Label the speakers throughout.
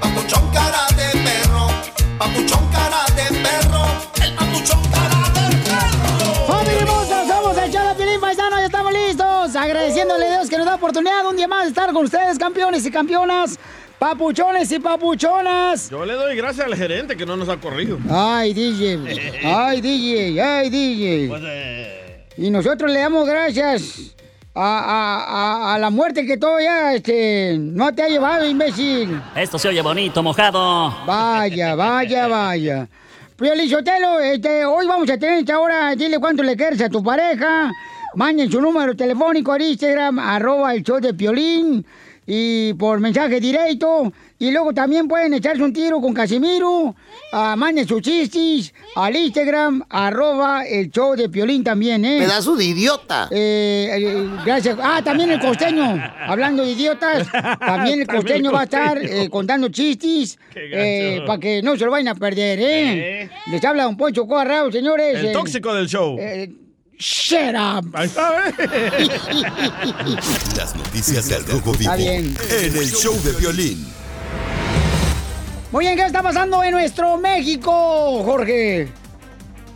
Speaker 1: papuchón cara de perro, papuchón cara de perro, el papuchón cara de perro.
Speaker 2: ¡Familia hermosa! Somos el Chavo Piolín Paisano, ya estamos listos. Agradeciéndole a Dios que nos da oportunidad un día más de estar con ustedes, campeones y campeonas. Papuchones y papuchonas.
Speaker 3: Yo le doy gracias al gerente que no nos ha corrido.
Speaker 2: Ay, DJ. Ay, DJ. Ay, DJ. Y nosotros le damos gracias a, a- a- a la muerte que todavía este, no te ha llevado, imbécil.
Speaker 4: Esto se oye bonito, mojado.
Speaker 2: Vaya, vaya, vaya. Piolizotelo, este, hoy vamos a tener esta hora, dile cuánto le quieres a tu pareja. Manden su número telefónico al Instagram, arroba el show de Piolín, y por mensaje directo. Y luego también pueden echarse un tiro con Casimiro. Ah, manden sus chistes al Instagram, arroba el show de Piolín también, ¿eh?
Speaker 5: Pedazo
Speaker 2: de idiota. gracias. Ah, también el costeño. Hablando de idiotas, también el
Speaker 5: También el
Speaker 2: costeño va a estar
Speaker 5: costeño.
Speaker 2: eh, contando chistes
Speaker 3: gacho.
Speaker 2: para que no se lo vayan a perder, ¿eh? Les habla un Poncho Corrado, señores.
Speaker 3: El tóxico del show.
Speaker 2: eh, shut up.
Speaker 3: Ahí está, ¿eh?
Speaker 6: Las noticias del Rojo Vivo
Speaker 2: Está bien.
Speaker 6: en el show de Piolín.
Speaker 2: Muy bien, ¿qué está pasando en nuestro México, Jorge?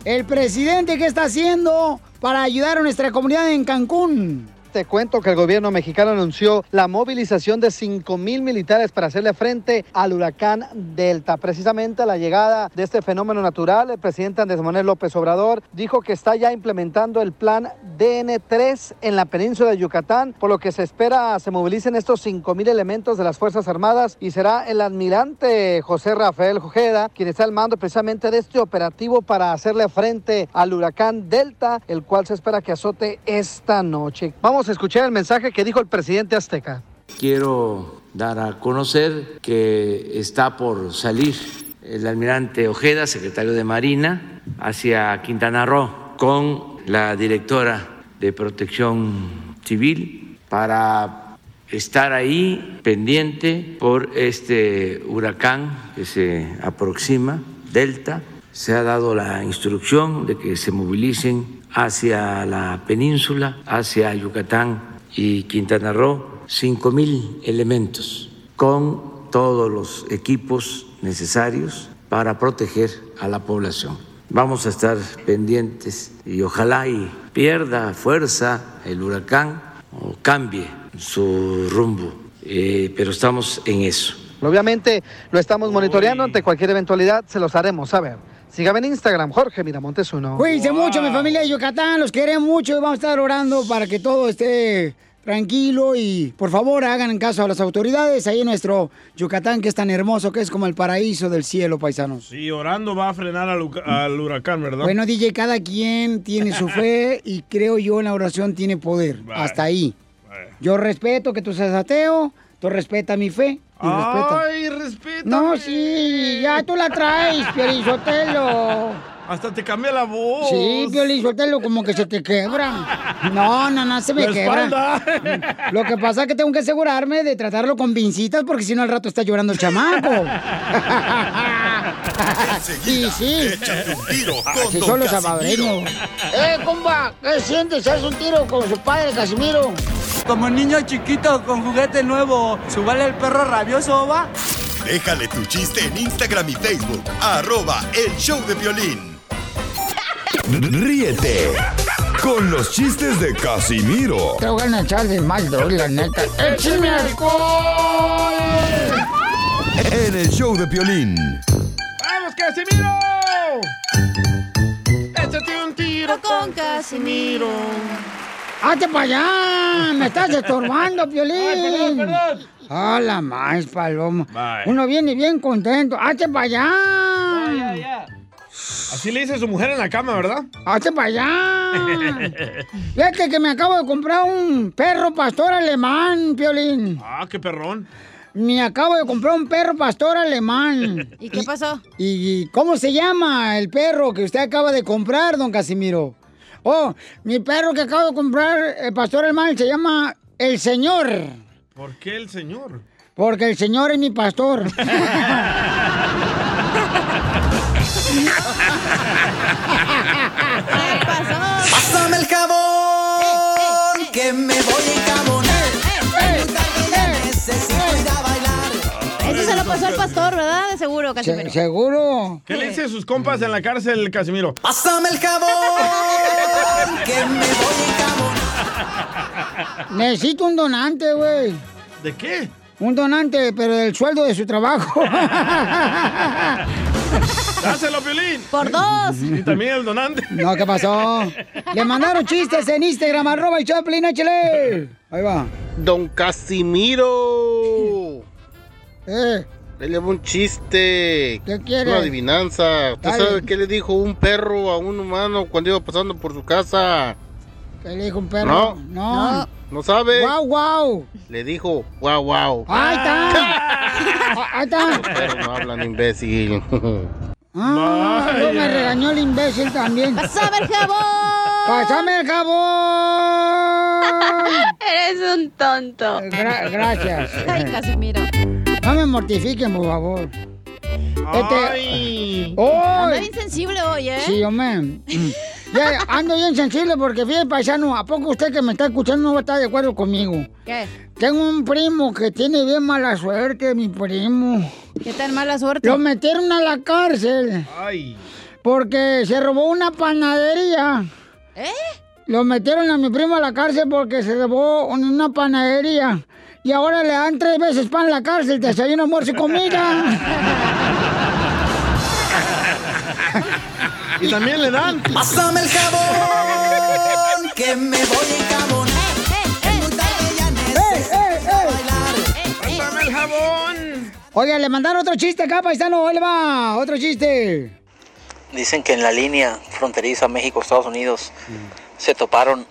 Speaker 2: El presidente, ¿qué está haciendo para ayudar a nuestra comunidad en Cancún?
Speaker 7: Te cuento que el gobierno mexicano anunció la movilización de 5 mil militares para hacerle frente al huracán Delta. Precisamente a la llegada de este fenómeno natural, el presidente Andrés Manuel López Obrador dijo que está ya implementando el plan DN3 en la península de Yucatán, por lo que se espera se movilicen estos 5 mil elementos de las Fuerzas Armadas y será el almirante José Rafael Ojeda quien está al mando precisamente de este operativo para hacerle frente al huracán Delta, el cual se espera que azote esta noche. Vamos a escuchar el mensaje que dijo el presidente azteca.
Speaker 8: Quiero dar a conocer que está por salir el almirante Ojeda, secretario de Marina, hacia Quintana Roo con la directora de Protección Civil para estar ahí pendiente por este huracán que se aproxima, Delta. Se ha dado la instrucción de que se movilicen hacia la península, hacia Yucatán y Quintana Roo, 5.000 elementos con todos los equipos necesarios para proteger a la población. Vamos a estar pendientes y ojalá y pierda fuerza el huracán o cambie su rumbo, eh, pero estamos en eso.
Speaker 7: Obviamente lo estamos monitoreando ante cualquier eventualidad, se los haremos saber. Sígame en Instagram, Jorge Miramontes uno.
Speaker 2: Cuídense mucho, mi familia de Yucatán, los queremos mucho y vamos a estar orando para que todo esté tranquilo y por favor hagan caso a las autoridades ahí en nuestro Yucatán que es tan hermoso, que es como el paraíso del cielo, paisanos.
Speaker 3: Sí, orando va a frenar al, huca- al huracán, ¿verdad?
Speaker 2: Bueno, DJ, cada quien tiene su fe y creo yo en la oración tiene poder. Hasta ahí. Yo respeto que tú seas ateo, tú respeta mi fe. Y respeta.
Speaker 3: Ay, respeto.
Speaker 2: No, sí, ya ah, tú la traes, Piolizotelo.
Speaker 3: Hasta te cambia la voz.
Speaker 2: Sí, Piolizotelo, como que se te quebra. No, no, no, se me
Speaker 3: La
Speaker 2: quebra. Lo que pasa es que tengo que asegurarme de tratarlo con pincitas porque si no al rato está llorando el chamaco. y sí.
Speaker 6: Échate un tiro con
Speaker 2: Así
Speaker 6: Don
Speaker 2: son los
Speaker 6: Casimiro.
Speaker 2: salvadoreños. ¡Eh, compa! ¿Qué sientes? ¿Haz un tiro con su padre, Casimiro?
Speaker 1: Como niño chiquito con juguete nuevo, subale el perro rabioso, va.
Speaker 6: Déjale tu chiste en Instagram y Facebook. Arroba El Show de Violín.
Speaker 9: Ríete con los chistes de Casimiro
Speaker 2: Te voy a echar de mal, la neta. ¡Échame alcohol!
Speaker 9: en el show de Piolín.
Speaker 3: ¡Vamos, Casimiro! Échate un tiro con Casimiro.
Speaker 2: ¡Hazte para allá! ¡Me estás estorbando, Piolín!
Speaker 3: Ay, perdón, perdón.
Speaker 2: ¡Ah, la más, paloma! Uno viene bien contento. ¡Hazte para allá!
Speaker 3: Así le dice su mujer en la cama, ¿verdad?
Speaker 2: ¡Hazte para allá! Fíjate que me acabo de comprar un perro pastor alemán, Piolín.
Speaker 3: ah, qué perrón.
Speaker 2: Me acabo de comprar un perro pastor alemán.
Speaker 10: ¿Y qué pasó?
Speaker 2: ¿Y cómo se llama el perro que usted acaba de comprar, don Casimiro? Oh, mi perro que acabo de comprar, el pastor alemán, se llama El Señor.
Speaker 3: ¿Por qué el señor?
Speaker 2: Porque el Señor es mi pastor.
Speaker 1: Pásame el jabón, que me voy a encabonar.
Speaker 10: Eso se lo pasó al pastor, ¿verdad? De seguro, Casimiro.
Speaker 2: ¿Seguro?
Speaker 3: ¿Qué le dice a sus compas en la cárcel, Casimiro?
Speaker 1: Pásame el jabón, que me voy a
Speaker 2: Necesito un donante, güey.
Speaker 3: ¿De qué?
Speaker 2: Un donante, pero del sueldo de su trabajo.
Speaker 3: ¡Dáselo, Piolín!
Speaker 10: ¡Por dos!
Speaker 3: Y también el donante.
Speaker 2: No, ¿qué pasó? Le mandaron chistes en Instagram, arroba el Choplin, échale. Ahí va.
Speaker 11: Don Casimiro.
Speaker 2: Eh.
Speaker 11: Ahí le va un chiste.
Speaker 2: ¿Qué quiere?
Speaker 11: Una adivinanza. ¿Usted
Speaker 2: Dale.
Speaker 11: sabe qué le dijo un perro a un humano cuando iba pasando por su casa?
Speaker 2: ¿Qué le dijo un perro?
Speaker 11: No.
Speaker 2: No.
Speaker 11: ¿No sabe?
Speaker 2: Guau, guau.
Speaker 11: Le dijo, guau, guau.
Speaker 2: Ahí está. Ah, Ahí está.
Speaker 11: Pero no hablan, imbécil.
Speaker 2: Ah,
Speaker 11: Vaya.
Speaker 2: luego me regañó el imbécil también.
Speaker 10: ¡Pásame el jabón!
Speaker 2: ¡Pásame el jabón!
Speaker 10: Eres un tonto.
Speaker 2: Gra- gracias.
Speaker 10: Ay, Casimiro.
Speaker 2: No me mortifiquen, por favor.
Speaker 10: Ay.
Speaker 2: Este, ¡Ay!
Speaker 10: Anda bien sensible hoy, ¿eh?
Speaker 2: Sí, hombre. Ya ando bien sensible porque fíjate, paisano, ¿a poco usted que me está escuchando no va a estar de acuerdo conmigo?
Speaker 10: ¿Qué?
Speaker 2: Tengo un primo que tiene bien mala suerte, mi primo.
Speaker 10: ¿Qué tan mala suerte?
Speaker 2: Lo metieron a la cárcel
Speaker 3: Ay.
Speaker 2: porque se robó una panadería.
Speaker 10: ¿Eh?
Speaker 2: Lo metieron a mi primo a la cárcel porque se robó un- una panadería. Y ahora le dan tres veces pan a la cárcel, desayuno, almuerzo y comida.
Speaker 3: Y también le dan.
Speaker 1: Pásame el jabón, que me voy a encabonar.
Speaker 3: ¡Pásame el jabón!
Speaker 2: Oiga, le mandaron otro chiste acá, paisano. Ahí le va, otro chiste.
Speaker 12: Dicen que en la línea fronteriza México-Estados Unidos se toparon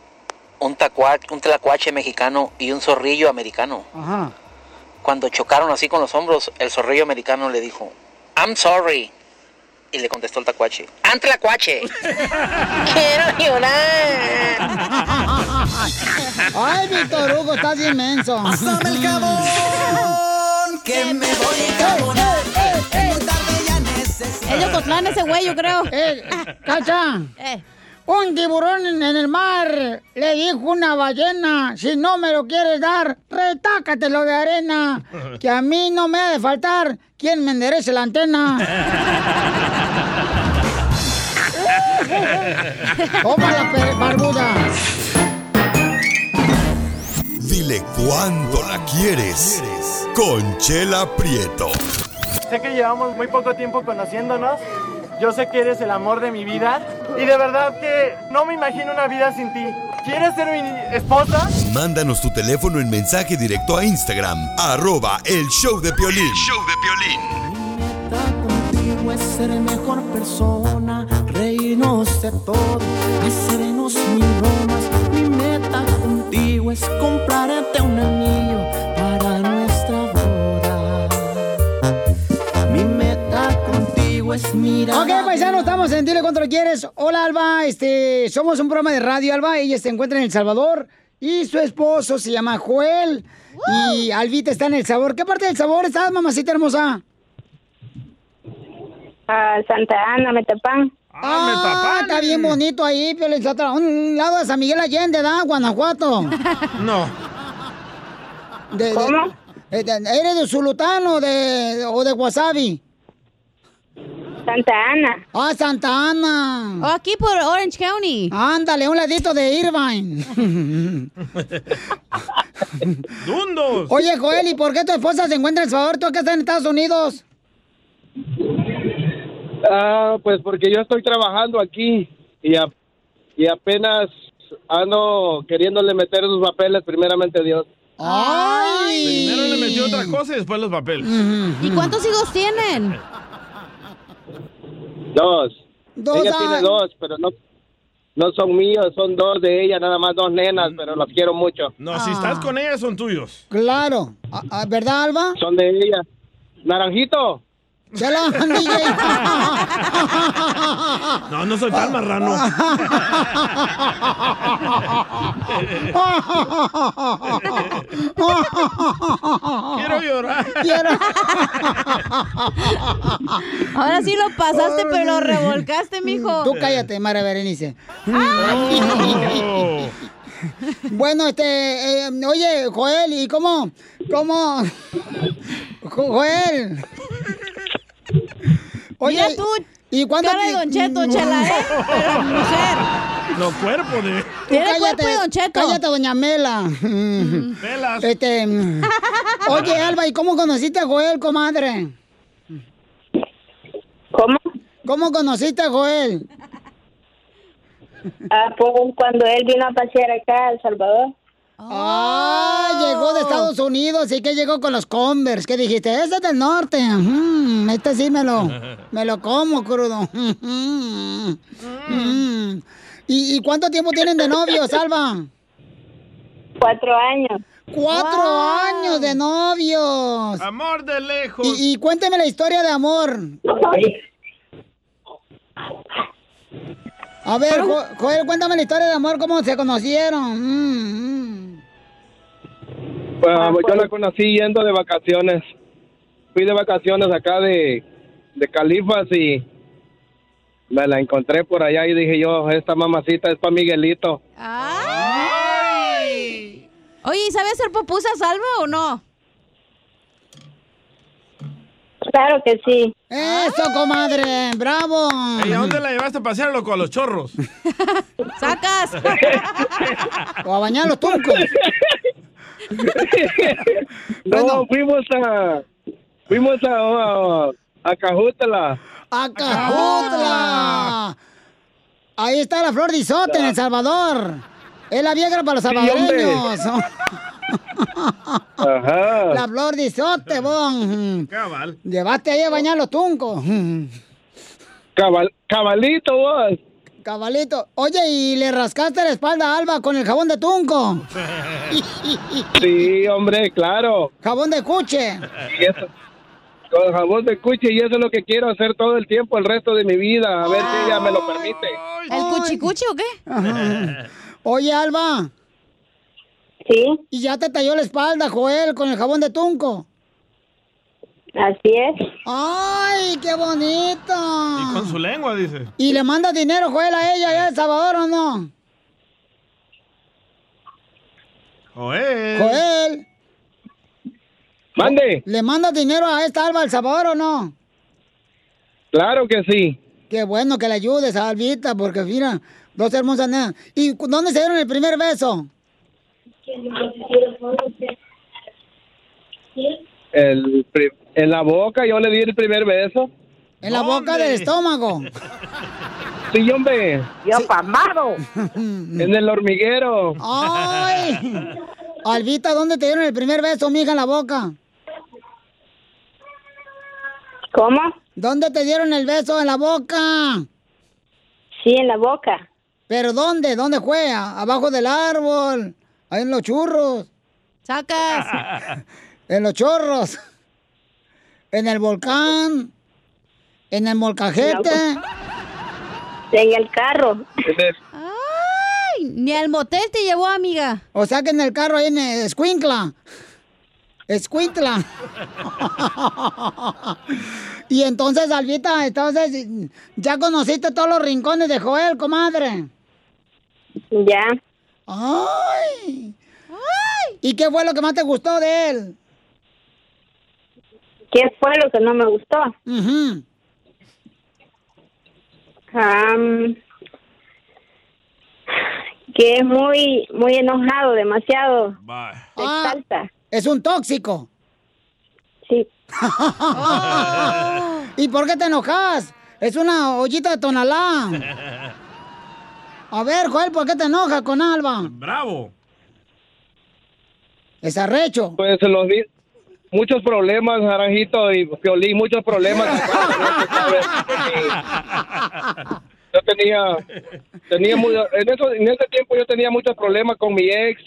Speaker 12: un, tacua- un tlacuache mexicano y un zorrillo americano.
Speaker 2: Ajá.
Speaker 12: Cuando chocaron así con los hombros, el zorrillo americano le dijo, I'm sorry. Y le contestó el tacuache, I'm tlacuache. Quiero llorar.
Speaker 2: Ay, Víctor Hugo, estás inmenso. Pásame el jabón, que me voy a encabonar.
Speaker 10: Es de Ocotlán ese güey, yo creo. Eh.
Speaker 2: Eh, cacha. Un tiburón en en el mar le dijo una ballena, si no me lo quieres dar, retácatelo de arena, que a mí no me ha de faltar quien me enderece la antena. Tómala, per- barbuda.
Speaker 6: Dile cuándo la quieres. Conchela Prieto.
Speaker 13: Sé que llevamos muy poco tiempo conociéndonos. Yo sé que eres el amor de mi vida. Y de verdad que no me imagino una vida sin ti. ¿Quieres ser mi esposa?
Speaker 6: Mándanos tu teléfono en mensaje directo a Instagram. Arroba El Show de Piolín.
Speaker 1: contigo es ser mejor persona, reírnos de todo, hacernos mil bromas. Mi meta contigo es comprarte un anillo para nuestra boda. Mi meta contigo es mirar.
Speaker 2: Ok, paisano, estamos en Dile Cuánto Lo Quieres. Hola, Alba. Este, somos un programa de radio, Alba. Ella se encuentra en El Salvador y su esposo se llama Joel. Y Albita está en El Salvador. ¿Qué parte del Salvador estás, mamacita hermosa?
Speaker 7: A Ah, Santa Ana, Metapán.
Speaker 2: Ah, está bien bonito ahí, Piolín Sotelo. Un lado de San Miguel Allende, ¿da? Guanajuato.
Speaker 3: No.
Speaker 2: De- de-
Speaker 3: ¿Cómo?
Speaker 2: eh, de- ¿Eres de Zulután o de, o de Wasabi?
Speaker 7: Santa Ana.
Speaker 2: Ah, Santa Ana.
Speaker 10: O Oh, aquí por Orange County.
Speaker 2: Ándale, un ladito de Irvine.
Speaker 3: ¡Dundos!
Speaker 2: Oye, Joel, ¿y por qué tu esposa se encuentra en El Salvador? Tú acá estás en Estados Unidos.
Speaker 14: Ah, pues porque yo estoy trabajando aquí y, a- y apenas ando queriéndole meter sus papeles, primeramente Dios.
Speaker 2: ¡Ay!
Speaker 3: Primero le metió otra cosa y después los papeles.
Speaker 10: ¿Y cuántos hijos tienen?
Speaker 14: Dos.
Speaker 2: Dos,
Speaker 14: ella
Speaker 2: ah.
Speaker 14: tiene dos, pero no, no son míos, son dos de ella, nada más dos nenas, pero las quiero mucho.
Speaker 3: No, si
Speaker 2: Ah.
Speaker 3: estás con ella son tuyos.
Speaker 2: Claro. Ah, ah, ¿Verdad, Alba?
Speaker 14: Son de ella. Naranjito.
Speaker 2: Chela, DJ.
Speaker 3: No, no soy tan marrano.
Speaker 2: Quiero
Speaker 3: llorar.
Speaker 10: Ahora sí lo pasaste, pero lo revolcaste, mijo.
Speaker 2: Tú cállate, Mara Berenice.
Speaker 10: Ah.
Speaker 2: bueno, este, eh, oye, Joel, ¿y cómo? ¿Cómo? Jo- Joel. Oye,
Speaker 10: Mira tú,
Speaker 2: ¿y cuándo
Speaker 10: cara de
Speaker 2: te-
Speaker 10: Don Cheto, chela, ¿eh? Pero mujer.
Speaker 3: No, cuerpo de.
Speaker 2: Tú cállate, cállate, doña Mela.
Speaker 3: Pelas.
Speaker 2: Este, oye, Alba, ¿y cómo conociste a Joel, comadre?
Speaker 7: ¿Cómo?
Speaker 2: ¿Cómo conociste a Joel?
Speaker 7: Ah, pues cuando él vino a pasear acá a El Salvador.
Speaker 2: Ah, llegó de Estados Unidos y que llegó con los Converse. ¿Qué dijiste? Ese es del norte. Mm, este sí me lo, me lo como crudo. Mm, mm. ¿Y, y cuánto tiempo tienen de novios, Alba?
Speaker 7: Cuatro años.
Speaker 2: Cuatro años de novios.
Speaker 3: Amor de lejos.
Speaker 2: Y, y cuénteme la historia de amor. A ver, Jo- Joel, cuéntame la historia de amor, cómo se conocieron. Mm, mm.
Speaker 14: Bueno, Ah, pues, yo la conocí yendo de vacaciones. Fui de vacaciones acá de, de Califas y me la encontré por allá y dije yo, esta mamacita es para Miguelito.
Speaker 10: Ay. Oye, ¿y sabe hacer pupusas, Alba, o no?
Speaker 7: Claro que sí.
Speaker 2: Eso, comadre. Bravo.
Speaker 3: ¿Y a dónde la llevaste a pasear, loco? A los chorros.
Speaker 10: ¡Sacas!
Speaker 2: O a bañar los turcos.
Speaker 14: No, fuimos a fuimos a, a, a Cajutla.
Speaker 2: ¡Acajutla! Ahí está la flor de isote en El Salvador. Es la vieja para los
Speaker 14: Sí, hombre.
Speaker 2: salvadoreños.
Speaker 3: Ah.
Speaker 14: Ajá.
Speaker 2: La flor de isote, bon. Llevaste ahí a bañar los tuncos.
Speaker 14: Cabal- cabalito vos.
Speaker 2: Cabalito. Oye, ¿y le rascaste la espalda a Alba con el jabón de tunco?
Speaker 14: Sí, hombre, claro.
Speaker 2: Jabón de cuche.
Speaker 14: Y eso, con jabón de cuche y eso es lo que quiero hacer todo el tiempo, el resto de mi vida, a ver si ella me lo permite.
Speaker 10: ¿El cuchicuchi o qué?
Speaker 2: Oye, Alba.
Speaker 7: Sí.
Speaker 2: ¿Y ya te talló la espalda, Joel, con el jabón de tunco?
Speaker 7: Así es.
Speaker 2: ¡Ay, qué
Speaker 3: Y
Speaker 2: bonito!
Speaker 3: con su lengua, dice.
Speaker 2: ¿Y le manda dinero, Joel, a ella allá en El Salvador o no?
Speaker 3: Joel.
Speaker 2: Joel.
Speaker 14: Mande.
Speaker 2: ¿Le manda dinero a esta Alba El Salvador o no?
Speaker 14: Claro que sí.
Speaker 2: Qué bueno que le ayudes a Albita, porque mira, dos hermosas nenas. ¿Y cu- dónde se dieron el primer beso?
Speaker 14: El pri- en la boca yo le di el primer beso.
Speaker 2: En la boca del estómago.
Speaker 14: Sí, hombre.
Speaker 2: Yo
Speaker 14: pamado. En el hormiguero.
Speaker 2: Mm. ¡Ay! Albita, ¿dónde te dieron el primer beso, mija, en la boca?
Speaker 7: ¿Cómo?
Speaker 2: ¿Dónde te dieron el beso? ¿En la boca?
Speaker 7: Sí, en la boca.
Speaker 2: ¿Pero dónde? ¿Dónde fue? ¿A- ¿Abajo del árbol? ¿Ahí en los churros?
Speaker 10: ¡Sacas!
Speaker 2: ¿En los chorros? ¿En el volcán? ¿En el molcajete?
Speaker 7: En el carro.
Speaker 10: Ay, ni al motel te llevó, amiga.
Speaker 2: O sea que en el carro ahí en Escuincla. Escuintla. Y entonces, Alvita, entonces, ¿ya conociste todos los rincones de Joel, comadre?
Speaker 7: Ya.
Speaker 2: ¡Ay! ¿Y qué fue lo que más te gustó de él?
Speaker 7: ¿Qué fue lo que no me gustó? Am, que es muy, muy enojado, demasiado. Se exalta.
Speaker 2: Ah, Es un tóxico.
Speaker 7: Sí.
Speaker 2: ¿Y por qué te enojas? Es una ollita de tonalá. A ver, Joel, ¿por qué te enojas con Alba?
Speaker 3: Bravo.
Speaker 2: Es arrecho.
Speaker 14: Pues los vi- muchos problemas, Naranjito y Piolín, muchos problemas. yo tenía, tenía muy- en, eso- en ese tiempo yo tenía muchos problemas con mi ex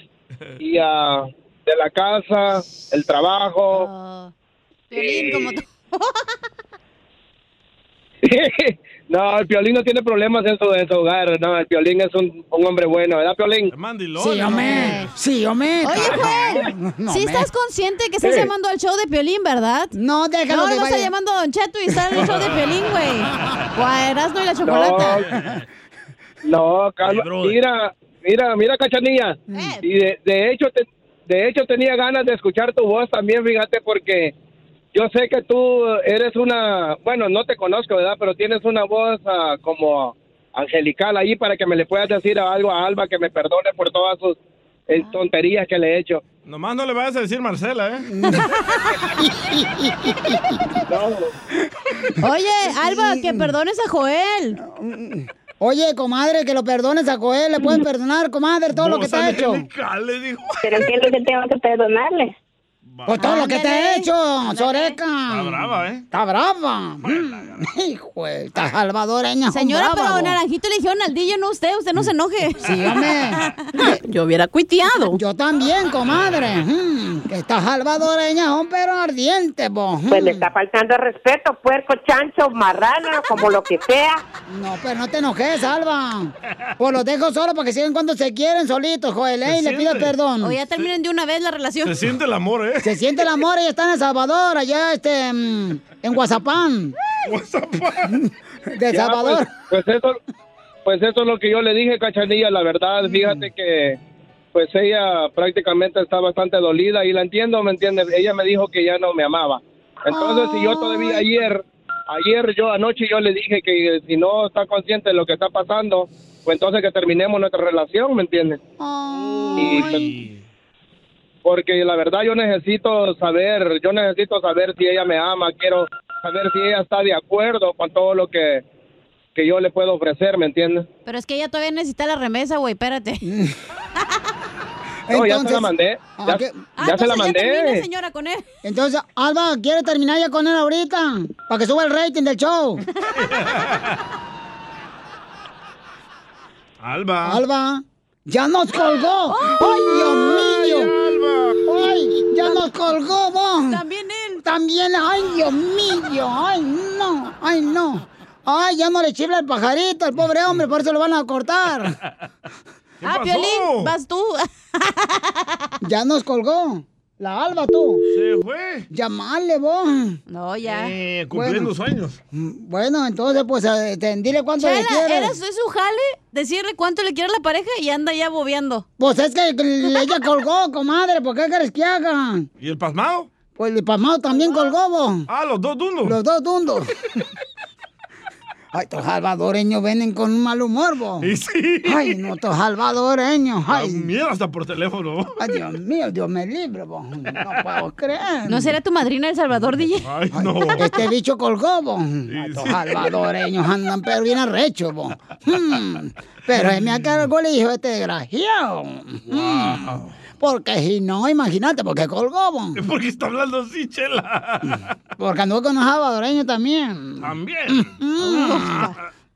Speaker 14: y ah, de la casa, el trabajo.
Speaker 10: Piolín, como tú.
Speaker 14: no, el Piolín no tiene problemas en su, en su hogar. No, el Piolín es un, un hombre bueno, ¿verdad, Piolín?
Speaker 2: Sí, hombre. Sí, hombre.
Speaker 10: Oye, Joel, sí
Speaker 2: me-
Speaker 10: estás consciente que estás
Speaker 2: Sí.
Speaker 10: llamando al show de Piolín, ¿verdad?
Speaker 2: No, déjalo
Speaker 10: No,
Speaker 2: que
Speaker 10: no está
Speaker 2: vaya.
Speaker 10: llamando a Don Cheto y está en el show de Piolín, güey. O a Erasmo y la Chocolata.
Speaker 14: No, calma. mira, mira, mira, cachanilla. Y de, de hecho, te- de hecho tenía ganas de escuchar tu voz también, fíjate, porque yo sé que tú eres una, bueno, no te conozco, ¿verdad? Pero tienes una voz ah, como angelical ahí para que me le puedas decir algo a Alba que me perdone por todas sus eh, tonterías que le he hecho.
Speaker 3: Nomás no le vayas a decir Marcela, ¿eh?
Speaker 10: Oye, Alba, que perdones a Joel.
Speaker 2: Oye, comadre, que lo perdones a Joel. Le pueden perdonar, comadre, todo lo que te ha hecho.
Speaker 7: ¿Pero qué es lo que tengo que perdonarle?
Speaker 2: Pues todo lo que te ha hecho, Soreca.
Speaker 7: Está brava, ¿eh?
Speaker 2: Está brava. Mm, Hijo, de- está salvadoreña.
Speaker 10: Señora, pero
Speaker 2: naranja.
Speaker 10: Naranjito le dijeron al DJ, no usted, usted no se enoje.
Speaker 2: Sí, hombre.
Speaker 10: Yo hubiera cuiteado.
Speaker 2: Yo también, comadre. Mm, que está salvadoreña, hom, pero ardiente, vos.
Speaker 15: Pues le está faltando el respeto, puerco, chancho, marrano, como lo que sea.
Speaker 2: No, pero no te enojes, Alba. Pues los dejo solo para que sigan cuando se quieren solitos, Joel,
Speaker 3: Se
Speaker 2: ¿eh? y le pido
Speaker 3: siente.
Speaker 2: perdón.
Speaker 3: O ya
Speaker 10: terminen de una vez la relación.
Speaker 3: Se siente el amor, ¿eh?
Speaker 2: Se siente el amor y está en El Salvador, allá este, mm, en Guazapán.
Speaker 3: ¿Guazapán?
Speaker 2: De El
Speaker 14: Ya,
Speaker 2: Salvador.
Speaker 14: Pues, pues eso, pues eso es lo que yo le dije, Cachanilla, la verdad,
Speaker 2: Mm.
Speaker 14: fíjate que pues ella prácticamente está bastante dolida y la entiendo, ¿me entiendes? Ella me dijo que ya no me amaba. Entonces, si yo todavía ayer, ayer yo anoche yo le dije que si no está consciente de lo que está pasando, pues entonces que terminemos nuestra relación, ¿me entiendes? Y, pues, porque la verdad yo necesito saber, yo necesito saber si ella me ama, quiero saber si ella está de acuerdo con todo lo que, que yo le puedo ofrecer, ¿me entiendes?
Speaker 10: Pero es que ella todavía necesita la remesa, güey, espérate.
Speaker 14: No, ya se la mandé, ya,
Speaker 2: Ah, ok.
Speaker 10: Ah,
Speaker 14: ya se la mandé.
Speaker 10: señora, con él.
Speaker 2: Entonces, Alba, ¿quiere terminar ya con él ahorita? Para que suba el rating del show.
Speaker 3: Alba.
Speaker 2: Alba, ya nos colgó. ¡Ay, Dios mío! ¡Ay, ya nos colgó, vos! También él. También, ay, Dios mío. ¡Ay, no! ¡Ay, no! ¡Ay, ya no le chifla el pajarito al pobre hombre! Por eso lo van a cortar.
Speaker 10: Ah, Piolín, vas tú.
Speaker 2: Ya nos colgó. La Alba, tú.
Speaker 3: Se fue.
Speaker 2: Llamale, vos.
Speaker 10: No, ya.
Speaker 3: Eh, cumpliendo sueños.
Speaker 2: Bueno, entonces, pues, eh, te- dile cuánto le
Speaker 10: Chela,
Speaker 2: quieres.
Speaker 10: era su, es su jale decirle cuánto le quiere a la pareja y anda ya bobeando.
Speaker 2: Pues es que ella colgó, comadre, ¿por qué quieres que haga?
Speaker 3: ¿Y el pasmado?
Speaker 2: Pues el pasmado también colgó, vos.
Speaker 3: Ah, los dos dundos.
Speaker 2: Los dos dundos. Ay, estos salvadoreños vienen con un mal humor, vos.
Speaker 3: Y sí.
Speaker 2: Ay, no, estos salvadoreños, ay.
Speaker 3: Miedo hasta por teléfono.
Speaker 2: Ay, Dios mío, Dios me libre, vos. No puedo creer.
Speaker 10: ¿No será tu madrina El Salvador, DJ?
Speaker 3: Ay,
Speaker 2: no. Este bicho colgó, vos. Estos salvadoreños andan, pero bien arrechos, vos. Mm, Pero él me acabó el hijo este desgraciado. Mm, Porque si no, imagínate, porque colgó, vos.
Speaker 3: ¿Por qué está hablando así, Chela?
Speaker 2: Porque anduvo con un salvadoreño también.
Speaker 3: También.
Speaker 2: Mm.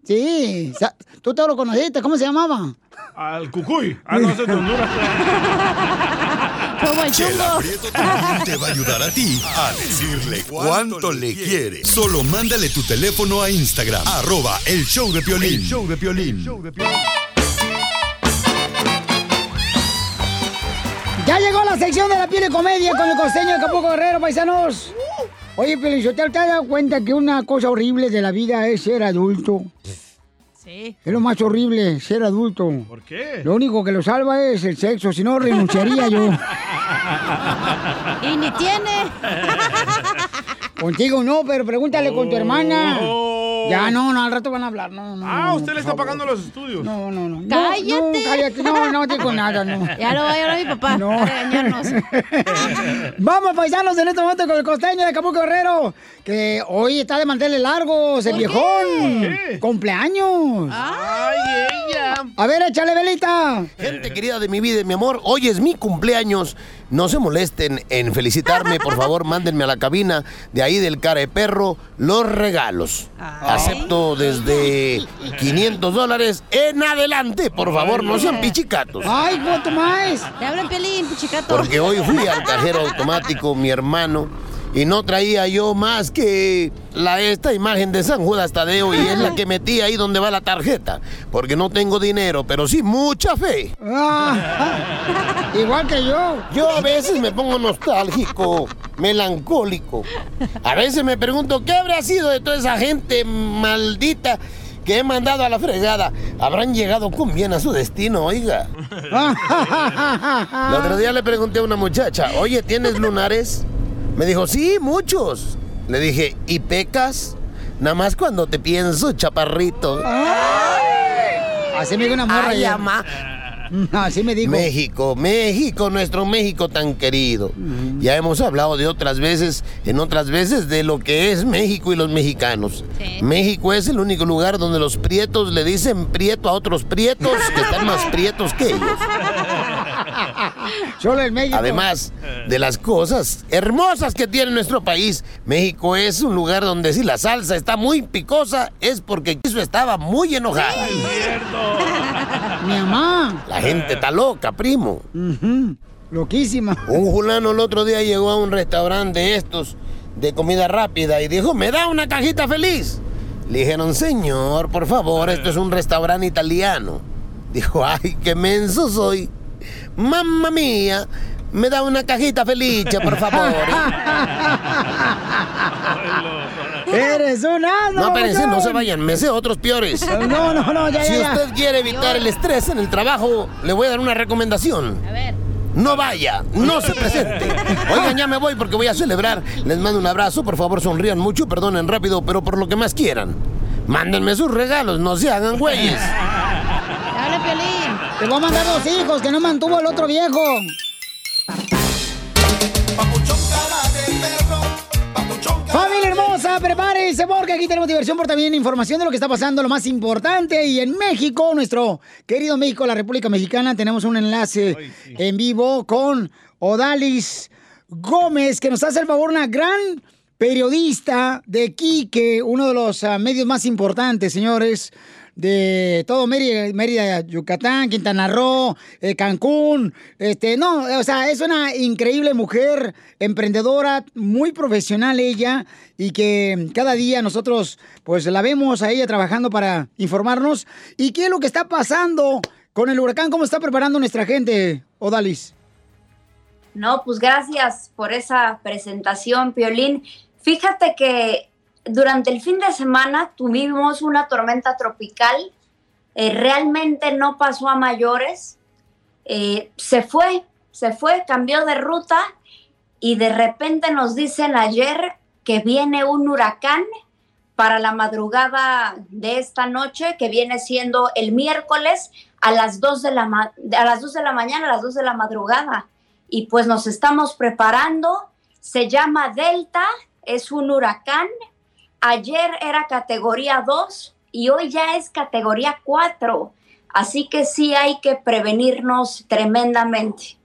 Speaker 2: Sí, sa- tú te lo conociste, ¿cómo se llamaba?
Speaker 3: Al cucuy. Ah, no, ese es de ¿eh? Honduras.
Speaker 6: Chela Prieto también te va a ayudar a ti a decirle cuánto le quiere. Solo mándale tu teléfono a Instagram, arroba el show de Piolín. show de Piolín.
Speaker 2: Ya llegó la sección de la piel y comedia con el costeño de Capuco Guerrero, paisanos. Oye, Pelizotelo, ¿te has dado cuenta que una cosa horrible de la vida es ser adulto?
Speaker 10: Sí.
Speaker 2: Es lo más horrible, ser adulto. ¿Por qué? Lo único que lo salva es el sexo, si no renunciaría yo.
Speaker 10: Y ni tiene.
Speaker 2: Contigo no, pero pregúntale con tu hermana. Ya, no, no, al rato van a hablar, no, no.
Speaker 1: Oh. Ah,
Speaker 2: no,
Speaker 1: usted
Speaker 2: por
Speaker 1: le está
Speaker 2: favor.
Speaker 1: pagando los estudios.
Speaker 2: No, no, no. No,
Speaker 10: ¡Cállate!
Speaker 2: No, cállate, no, no digo nada, no.
Speaker 10: Ya lo va a llorar mi papá.
Speaker 2: No.
Speaker 10: a regañarnos.
Speaker 2: Vamos, paisanos, en este momento con el costeño de Acapulco Guerrero, que hoy está de manteles largos, el
Speaker 10: ¿Por
Speaker 2: viejón.
Speaker 10: qué? Ah.
Speaker 2: Cumpleaños.
Speaker 16: Ay, ella.
Speaker 2: A ver, échale velita.
Speaker 16: Gente querida de mi vida y mi amor, hoy es mi cumpleaños. No se molesten en felicitarme, por favor, mándenme a la cabina de ahí del cara de perro los regalos. Acepto desde 500 dólares en adelante, por favor, no sean pichicatos.
Speaker 2: Ay, cuánto más.
Speaker 10: Te hablan pelín, pichicato.
Speaker 16: Porque hoy fui al cajero automático, mi hermano, y no traía yo más que la esta imagen de San Judas Tadeo y es la que metí ahí donde va la tarjeta, porque no tengo dinero, pero sí mucha fe.
Speaker 2: Igual que yo.
Speaker 16: Yo a veces me pongo nostálgico, melancólico. A veces me pregunto qué habrá sido de toda esa gente maldita que he mandado a la fregada. Habrán llegado con bien a su destino, oiga. El otro día le pregunté a una muchacha, oye, ¿tienes lunares? Me dijo, sí, muchos. Le dije, ¿y pecas? Nada más cuando te pienso, chaparrito.
Speaker 2: Así me dijo una morra
Speaker 16: Ay,
Speaker 2: ayer.
Speaker 16: ama.
Speaker 2: Así me dijo.
Speaker 16: México, México, nuestro México tan querido. Ya hemos hablado de otras veces, en otras veces, de lo que es México y los mexicanos. México es el único lugar donde los prietos le dicen prieto a otros prietos que están más prietos que ellos.
Speaker 2: Solo en México.
Speaker 16: Además de las cosas hermosas que tiene nuestro país, México es un lugar donde si la salsa está muy picosa es porque quiso estaba muy enojada.
Speaker 2: Mi mamá.
Speaker 16: La gente está loca, primo.
Speaker 2: Ujú, Loquísima.
Speaker 16: Un fulano el otro día llegó a un restaurante de estos de comida rápida y dijo, ¿me da una cajita feliz? Le dijeron, señor, por favor, esto es un restaurante italiano. Dijo, ay, qué menso soy. Mamma mía, me da una cajita feliz, por favor.
Speaker 2: Eres un asno.
Speaker 16: No, espérense,
Speaker 2: papuchón.
Speaker 16: no se vayan, me sé otros peores.
Speaker 2: No, no, no, ya,
Speaker 16: Si
Speaker 2: ya, ya.
Speaker 16: usted quiere evitar el estrés en el trabajo, le voy a dar una recomendación. A ver. No vaya, no se presente. Oigan, ya me voy porque voy a celebrar. Les mando un abrazo, por favor sonrían mucho, perdonen rápido, pero por lo que más quieran. Mándenme sus regalos, no se hagan güeyes.
Speaker 2: Dale, Piolín. Te voy a mandar dos hijos que no mantuvo el otro viejo. Familia hermosa, prepárense porque aquí tenemos diversión, pero también información de lo que está pasando, lo más importante. Y en México, nuestro querido México, la República Mexicana, tenemos un enlace en vivo con Odalis Gómez, que nos hace el favor, una gran periodista de Quique, uno de los ah, medios más importantes, señores, de todo Mérida, Mérida, Yucatán, Quintana Roo, eh, Cancún. Este, no, eh, o sea, es una increíble mujer, emprendedora, muy profesional ella, y que cada día nosotros, pues, la vemos a ella trabajando para informarnos. ¿Y qué es lo que está pasando con el huracán? ¿Cómo está preparando nuestra gente, Odalis?
Speaker 17: No, pues gracias por esa presentación, Piolín. Fíjate que durante el fin de semana tuvimos una tormenta tropical. eh, realmente no pasó a mayores. Eh, se fue, se fue, cambió de ruta y de repente nos dicen ayer que viene un huracán para la madrugada de esta noche, que viene siendo el miércoles a las 2 de la, ma- a las 2 de la mañana, a las 2 de la madrugada y pues nos estamos preparando. Se llama Delta, es un huracán. Ayer era categoría 2 y hoy ya es categoría 4. Así que sí hay que prevenirnos tremendamente.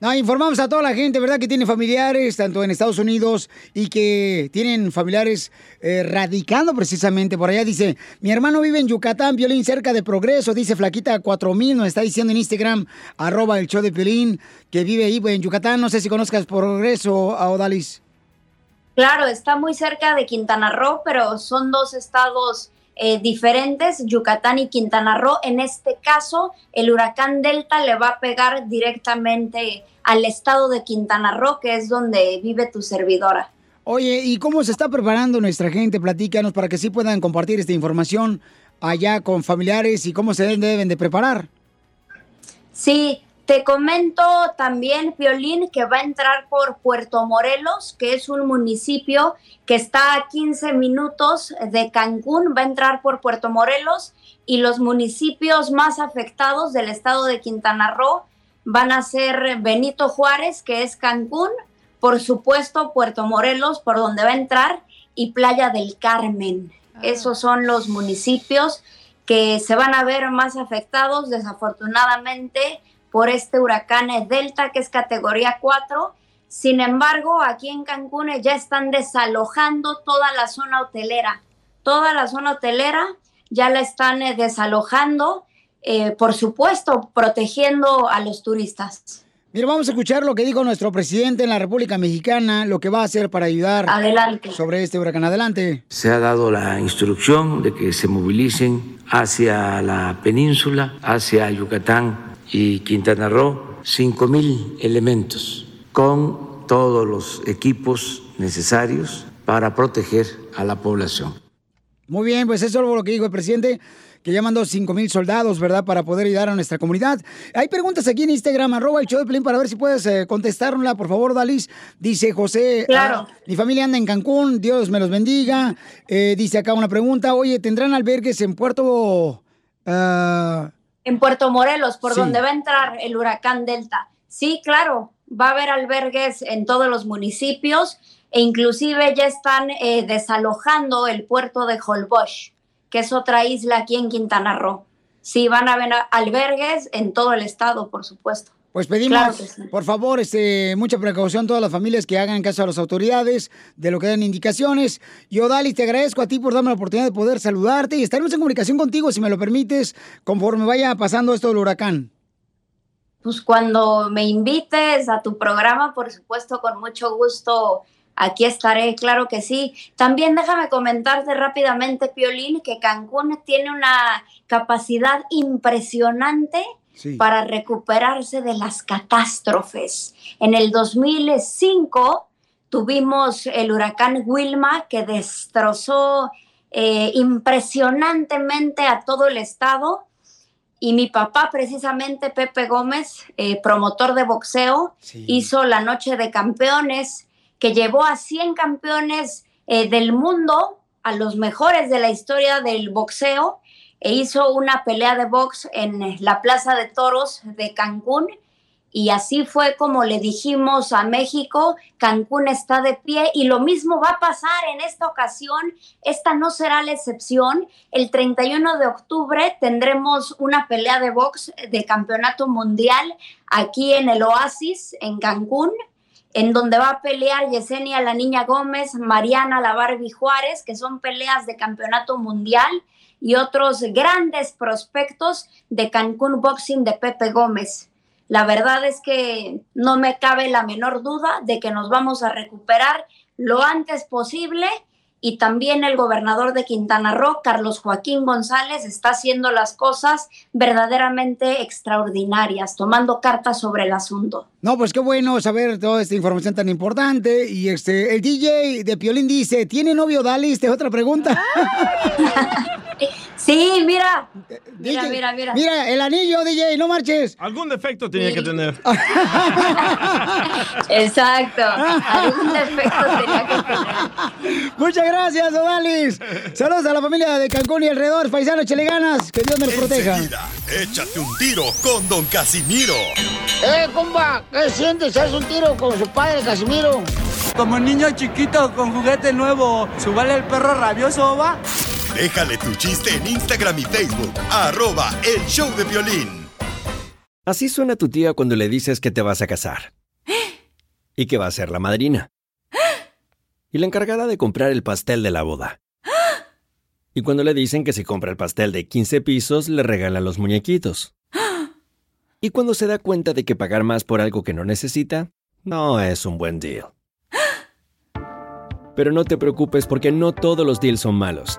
Speaker 2: No, informamos a toda la gente, ¿verdad? Que tiene familiares tanto en Estados Unidos y que tienen familiares eh, radicando precisamente por allá. Dice, mi hermano vive en Yucatán, Violín cerca de Progreso, dice Flaquita 4000, nos está diciendo en Instagram, arroba el show de Violín, que vive ahí en Yucatán. No sé si conozcas Progreso, a Odalis.
Speaker 17: Claro, está muy cerca de Quintana Roo, pero son dos estados eh, diferentes, Yucatán y Quintana Roo. En este caso, el huracán Delta le va a pegar directamente al estado de Quintana Roo, que es donde vive tu servidora.
Speaker 2: Oye, ¿y cómo se está preparando nuestra gente? Platícanos para que sí puedan compartir esta información allá con familiares y cómo se deben, deben de preparar.
Speaker 17: Sí, te comento también, Piolín, que va a entrar por Puerto Morelos, que es un municipio que está a 15 minutos de Cancún, va a entrar por Puerto Morelos y los municipios más afectados del estado de Quintana Roo van a ser Benito Juárez, que es Cancún, por supuesto Puerto Morelos, por donde va a entrar, y Playa del Carmen. Esos son los municipios que se van a ver más afectados, desafortunadamente, por este huracán Delta, que es categoría 4. Sin embargo, aquí en Cancún ya están desalojando toda la zona hotelera. Toda la zona hotelera ya la están eh, desalojando, eh, por supuesto, protegiendo a los turistas.
Speaker 2: Mira, vamos a escuchar lo que dijo nuestro presidente en la República Mexicana, lo que va a hacer para ayudar
Speaker 17: Adelante.
Speaker 2: sobre este huracán. Adelante.
Speaker 8: Se ha dado la instrucción de que se movilicen hacia la península, hacia Yucatán y Quintana Roo, 5.000 elementos con todos los equipos necesarios para proteger a la población.
Speaker 2: Muy bien, pues eso es lo que dijo el presidente, que ya mandó 5 mil soldados, ¿verdad?, para poder ayudar a nuestra comunidad. Hay preguntas aquí en Instagram, arroba el show de Pelín, para ver si puedes eh, contestarla, por favor, Dalis. Dice José,
Speaker 17: Claro.
Speaker 2: ah, mi familia anda en Cancún, Dios me los bendiga. Eh, dice acá una pregunta, oye, ¿tendrán albergues en Puerto... ah,
Speaker 17: En Puerto Morelos, por
Speaker 2: Sí.
Speaker 17: donde va a entrar el huracán Delta. Sí, claro, va a haber albergues en todos los municipios e inclusive ya están eh, desalojando el puerto de Holbox, que es otra isla aquí en Quintana Roo. Sí, van a haber albergues en todo el estado, por supuesto.
Speaker 2: Pues pedimos,
Speaker 17: Claro que sí.
Speaker 2: por favor, este, mucha precaución a todas las familias que hagan caso a las autoridades, de lo que dan indicaciones. Yo, Dali, te agradezco a ti por darme la oportunidad de poder saludarte y estaremos en comunicación contigo, si me lo permites, conforme vaya pasando esto del huracán.
Speaker 17: Pues cuando me invites a tu programa, por supuesto, con mucho gusto, aquí estaré, claro que sí. También déjame comentarte rápidamente, Piolín, que Cancún tiene una capacidad impresionante
Speaker 18: Sí.
Speaker 17: para recuperarse de las catástrofes. En el 2005 tuvimos el huracán Wilma que destrozó eh, impresionantemente a todo el estado. Y mi papá, precisamente Pepe Gómez, eh, promotor de boxeo, hizo la Noche de Campeones, que llevó a 100 campeones eh, del mundo, a los mejores de la historia del boxeo, e hizo una pelea de box en eh, la Plaza de Toros de Cancún. Y así fue como le dijimos a México, Cancún está de pie y lo mismo va a pasar en esta ocasión, esta no será la excepción. El 31 de octubre tendremos una pelea de box de campeonato mundial aquí en el Oasis, en Cancún, en donde va a pelear Yesenia la Niña Gómez, Mariana la Barbie Juárez, que son peleas de campeonato mundial y otros grandes prospectos de Cancún Boxing de Pepe Gómez. La verdad es que no me cabe la menor duda de que nos vamos a recuperar lo antes posible y también el gobernador de Quintana Roo, Carlos Joaquín González, está haciendo las cosas verdaderamente extraordinarias, tomando cartas sobre el asunto.
Speaker 2: No, pues qué bueno saber toda esta información tan importante. Y este, el DJ de Piolín dice, ¿tiene novio Dali? Esta es otra pregunta.
Speaker 17: sí, mira. Mira, mira, mira.
Speaker 2: Mira, el anillo, DJ, no marches.
Speaker 3: Algún defecto tenía que tener.
Speaker 2: Ah.
Speaker 17: Exacto. Algún defecto tenía que
Speaker 2: Muchas gracias, Odalis. Saludos a la familia de Cancún y alrededor. Paisanos, chele ganas. Que Dios me los proteja.
Speaker 6: Enseguida, échate un tiro con Don Casimiro.
Speaker 2: ¡Eh, comba! ¿Qué sientes? ¿Haz un tiro con su padre, Casimiro?
Speaker 19: Como niño chiquito con juguete nuevo, ¿subale el perro rabioso va?
Speaker 6: Déjale tu chiste en Instagram y Facebook. Arroba el show de violín.
Speaker 20: Así suena tu tía cuando le dices que te vas a casar. Y que va a ser la madrina. Y la encargada de comprar el pastel de la boda. Y cuando le dicen que si compra el pastel de 15 pisos, le regalan los muñequitos. Y cuando se da cuenta de que pagar más por algo que no necesita, no es un buen deal. Pero no te preocupes porque no todos los deals son malos.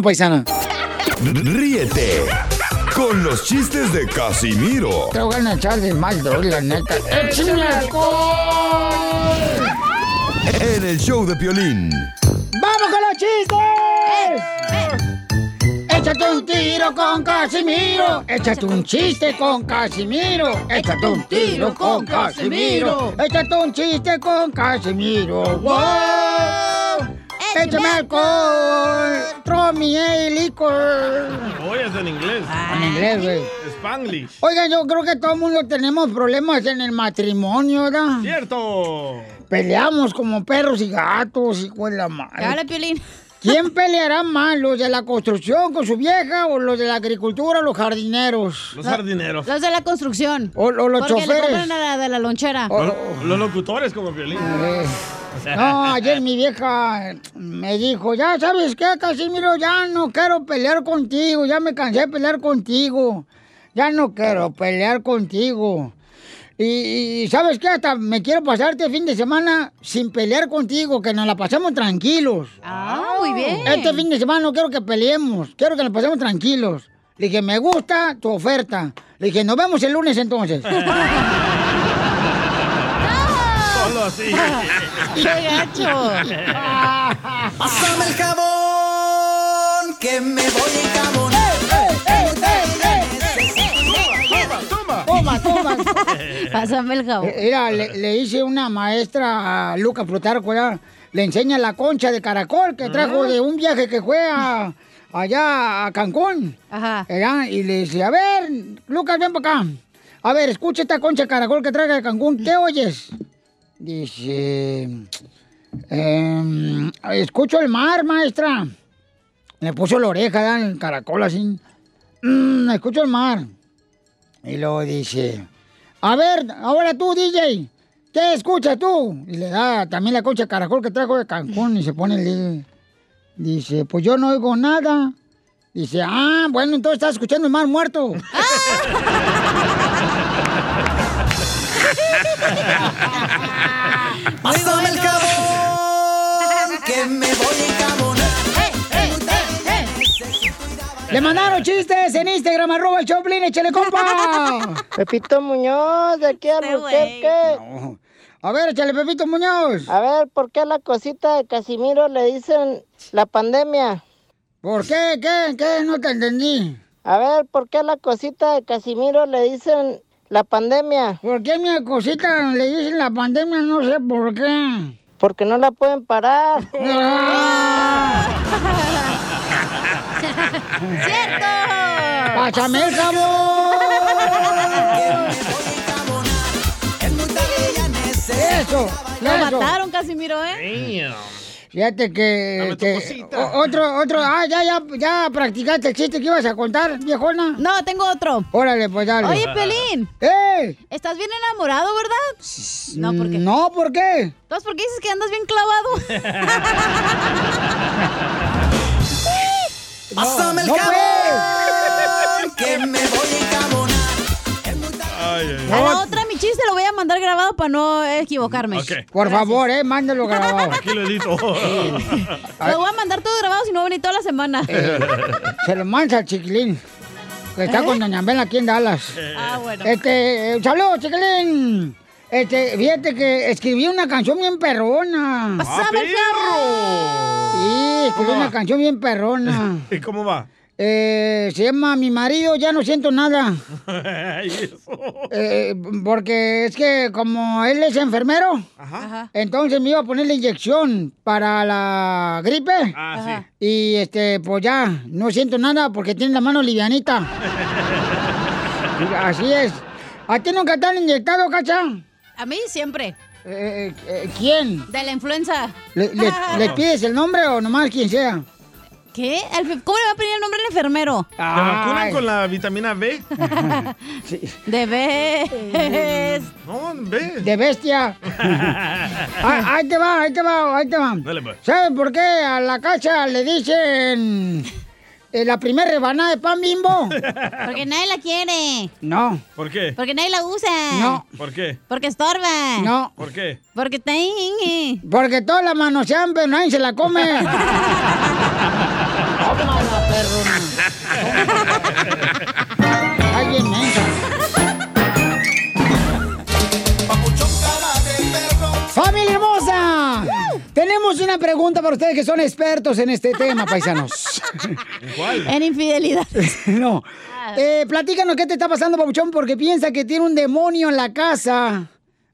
Speaker 2: paisana.
Speaker 21: Ríete con los chistes de Casimiro
Speaker 2: Te voy a echar de mal, bro, la neta. ¡Eh, ¡Échame alcohol!
Speaker 6: En el show de Piolín.
Speaker 2: ¡Vamos con los chistes! Échate un tiro con Casimiro. Échate un chiste con Casimiro. Échate un tiro con Casimiro. Échate un chiste con Casimiro. ¡Wow! ¡Échame alcohol! ¡Throw me a licor!
Speaker 3: Oye, es en inglés.
Speaker 17: Ah.
Speaker 2: En inglés, güey.
Speaker 3: Spanglish.
Speaker 2: Oiga, yo creo que todo el mundo tenemos problemas en el matrimonio, ¿verdad?
Speaker 3: Cierto.
Speaker 2: Peleamos como perros y gatos, hijo de la madre.
Speaker 10: Dale, Piolín.
Speaker 2: ¿Quién peleará más, los de la construcción con su vieja o los de la agricultura, los jardineros?
Speaker 3: Los jardineros.
Speaker 10: Los de la construcción.
Speaker 2: O, o los
Speaker 10: Porque le
Speaker 2: choferes.
Speaker 10: compran a la de la lonchera.
Speaker 2: Oh.
Speaker 3: Los, los locutores como violín.
Speaker 2: No, ayer mi vieja me dijo, ya sabes qué, Casimiro, ya no quiero pelear contigo, ya me cansé de pelear contigo, ya no quiero pelear contigo. Y, y, sabes qué, hasta me quiero pasarte el fin de semana sin pelear contigo, que nos la pasemos tranquilos.
Speaker 10: Ah, muy bien.
Speaker 2: Este fin de semana no quiero que peleemos, quiero que nos pasemos tranquilos. Le dije, me gusta tu oferta. Le dije, nos vemos el lunes entonces.
Speaker 3: Solo así.
Speaker 1: ¡Qué gacho!
Speaker 2: ¡Pásame
Speaker 1: el jabón! ¡Que me voy a encabonar!
Speaker 2: toma, toma, toma.
Speaker 10: Pásame el jabón.
Speaker 2: Eh, Mira, le, le hice una maestra a Luca Plutarco, ya, le enseña la concha de caracol que
Speaker 10: Ah.
Speaker 2: trajo de un viaje que fue a- allá a Cancún. Ajá. y le dice, a ver, Lucas, ven para acá. A ver, escucha esta concha de caracol que traje de Cancún. ¿Qué oyes? Dice, em, escucho el mar, maestra. Le puso la oreja, ya, el caracol así. "Mm, escucho el mar. Y luego dice, a ver, ahora tú, DJ, ¿qué escuchas tú? Y le da también la concha de caracol que trajo de Cancún y se pone el DJ. Dice, pues yo no oigo nada. Dice, ah, bueno, entonces estás escuchando el mar muerto.
Speaker 1: ¡Pásame el jabón! ¡Que me voy a encabonar!
Speaker 2: Le mandaron chistes en Instagram, arroba el Choplin, échale compa. Pepito Muñoz, de aquí a A ver, échale, Pepito Muñoz.
Speaker 22: A ver, ¿por qué a la cosita de Casimiro le dicen la pandemia?
Speaker 2: ¿Por qué? ¿Qué? ¿Qué? No te entendí.
Speaker 22: A ver, ¿por qué a la cosita de Casimiro le dicen la pandemia?
Speaker 2: ¿Por qué a mi cosita le dicen la pandemia? No sé por qué.
Speaker 22: Porque no la pueden parar.
Speaker 2: ¡Cierto! ¡Pásame el jabón! ¡Eso!
Speaker 10: Lo
Speaker 2: eso.
Speaker 10: mataron, Casimiro, ¿eh?
Speaker 2: Fíjate que...
Speaker 10: Dame tu
Speaker 2: que-
Speaker 10: cosita.
Speaker 2: o- otro, otro... Ah, ya, ya, ya practicaste el chiste que ibas a contar, viejona. No, tengo otro. Órale, pues dale.
Speaker 10: Oye, Pelín.
Speaker 2: ¡Eh!
Speaker 10: Estás bien enamorado, ¿verdad?
Speaker 2: No, ¿por qué? No, ¿por qué?
Speaker 10: Entonces, ¿por qué dices que andas bien clavado?
Speaker 1: Pásame el
Speaker 2: pues.
Speaker 1: jabón, que me voy a encabonar.
Speaker 10: A la otra, mi chiste lo voy a mandar grabado para no equivocarme.
Speaker 2: Por favor, eh, mándelo grabado.
Speaker 10: Aquí lo edito. Lo voy a mandar todo grabado, si no venir toda la semana.
Speaker 2: Eh, se lo mancha al chiquilín. Que está
Speaker 10: ¿Eh?
Speaker 2: con Doña Mela aquí en Dallas.
Speaker 10: Ah, bueno.
Speaker 2: Este, eh, saludos, chiquilín. Este, fíjate que escribí una canción bien perrona.
Speaker 10: Ah,
Speaker 1: ¡Pásame el
Speaker 2: perro! Sí, escribí
Speaker 1: ¿Cómo
Speaker 2: una
Speaker 1: va?
Speaker 2: canción bien perrona.
Speaker 3: ¿Y cómo va?
Speaker 2: Eh, se llama Mi marido, ya no siento nada.
Speaker 3: Ay, eso.
Speaker 2: Eh, porque es que como él es enfermero, entonces me iba a poner la inyección para la gripe.
Speaker 1: Ah,
Speaker 2: Y este, pues ya, no siento nada porque tiene la mano livianita. Así es. ¿A ti nunca te han inyectado, cacha?
Speaker 10: A mí siempre.
Speaker 2: eh, ¿Quién?
Speaker 10: De la influenza.
Speaker 2: ¿Le, le- les pides el nombre o nomás quien sea?
Speaker 10: ¿Qué? ¿Al fe- ¿Cómo le va a pedir el nombre al enfermero?
Speaker 3: ¿Te vacunan con la vitamina B?
Speaker 10: De vez.
Speaker 3: No, B.
Speaker 2: De bestia. Ah, ahí te va, ahí te va, ahí te va.
Speaker 3: Dale, pues.
Speaker 2: ¿Sabes por qué a la cacha le dicen eh, la primera rebanada de pan bimbo?
Speaker 10: Porque nadie la quiere.
Speaker 2: No.
Speaker 3: ¿Por qué?
Speaker 10: Porque nadie la usa.
Speaker 2: No.
Speaker 3: ¿Por qué?
Speaker 10: Porque estorba.
Speaker 2: No.
Speaker 3: ¿Por qué?
Speaker 10: Porque está ahí.
Speaker 2: Porque todas las manosean, pero nadie se la come. Tómala, Ay, bien mensa. ¡Familia hermosa! Tenemos una pregunta para ustedes que son expertos en este tema, paisanos.
Speaker 1: cuál?
Speaker 10: En infidelidad. Ah.
Speaker 2: no. Eh, platícanos qué te está pasando, Pabuchón, porque piensa que tiene un demonio en la casa,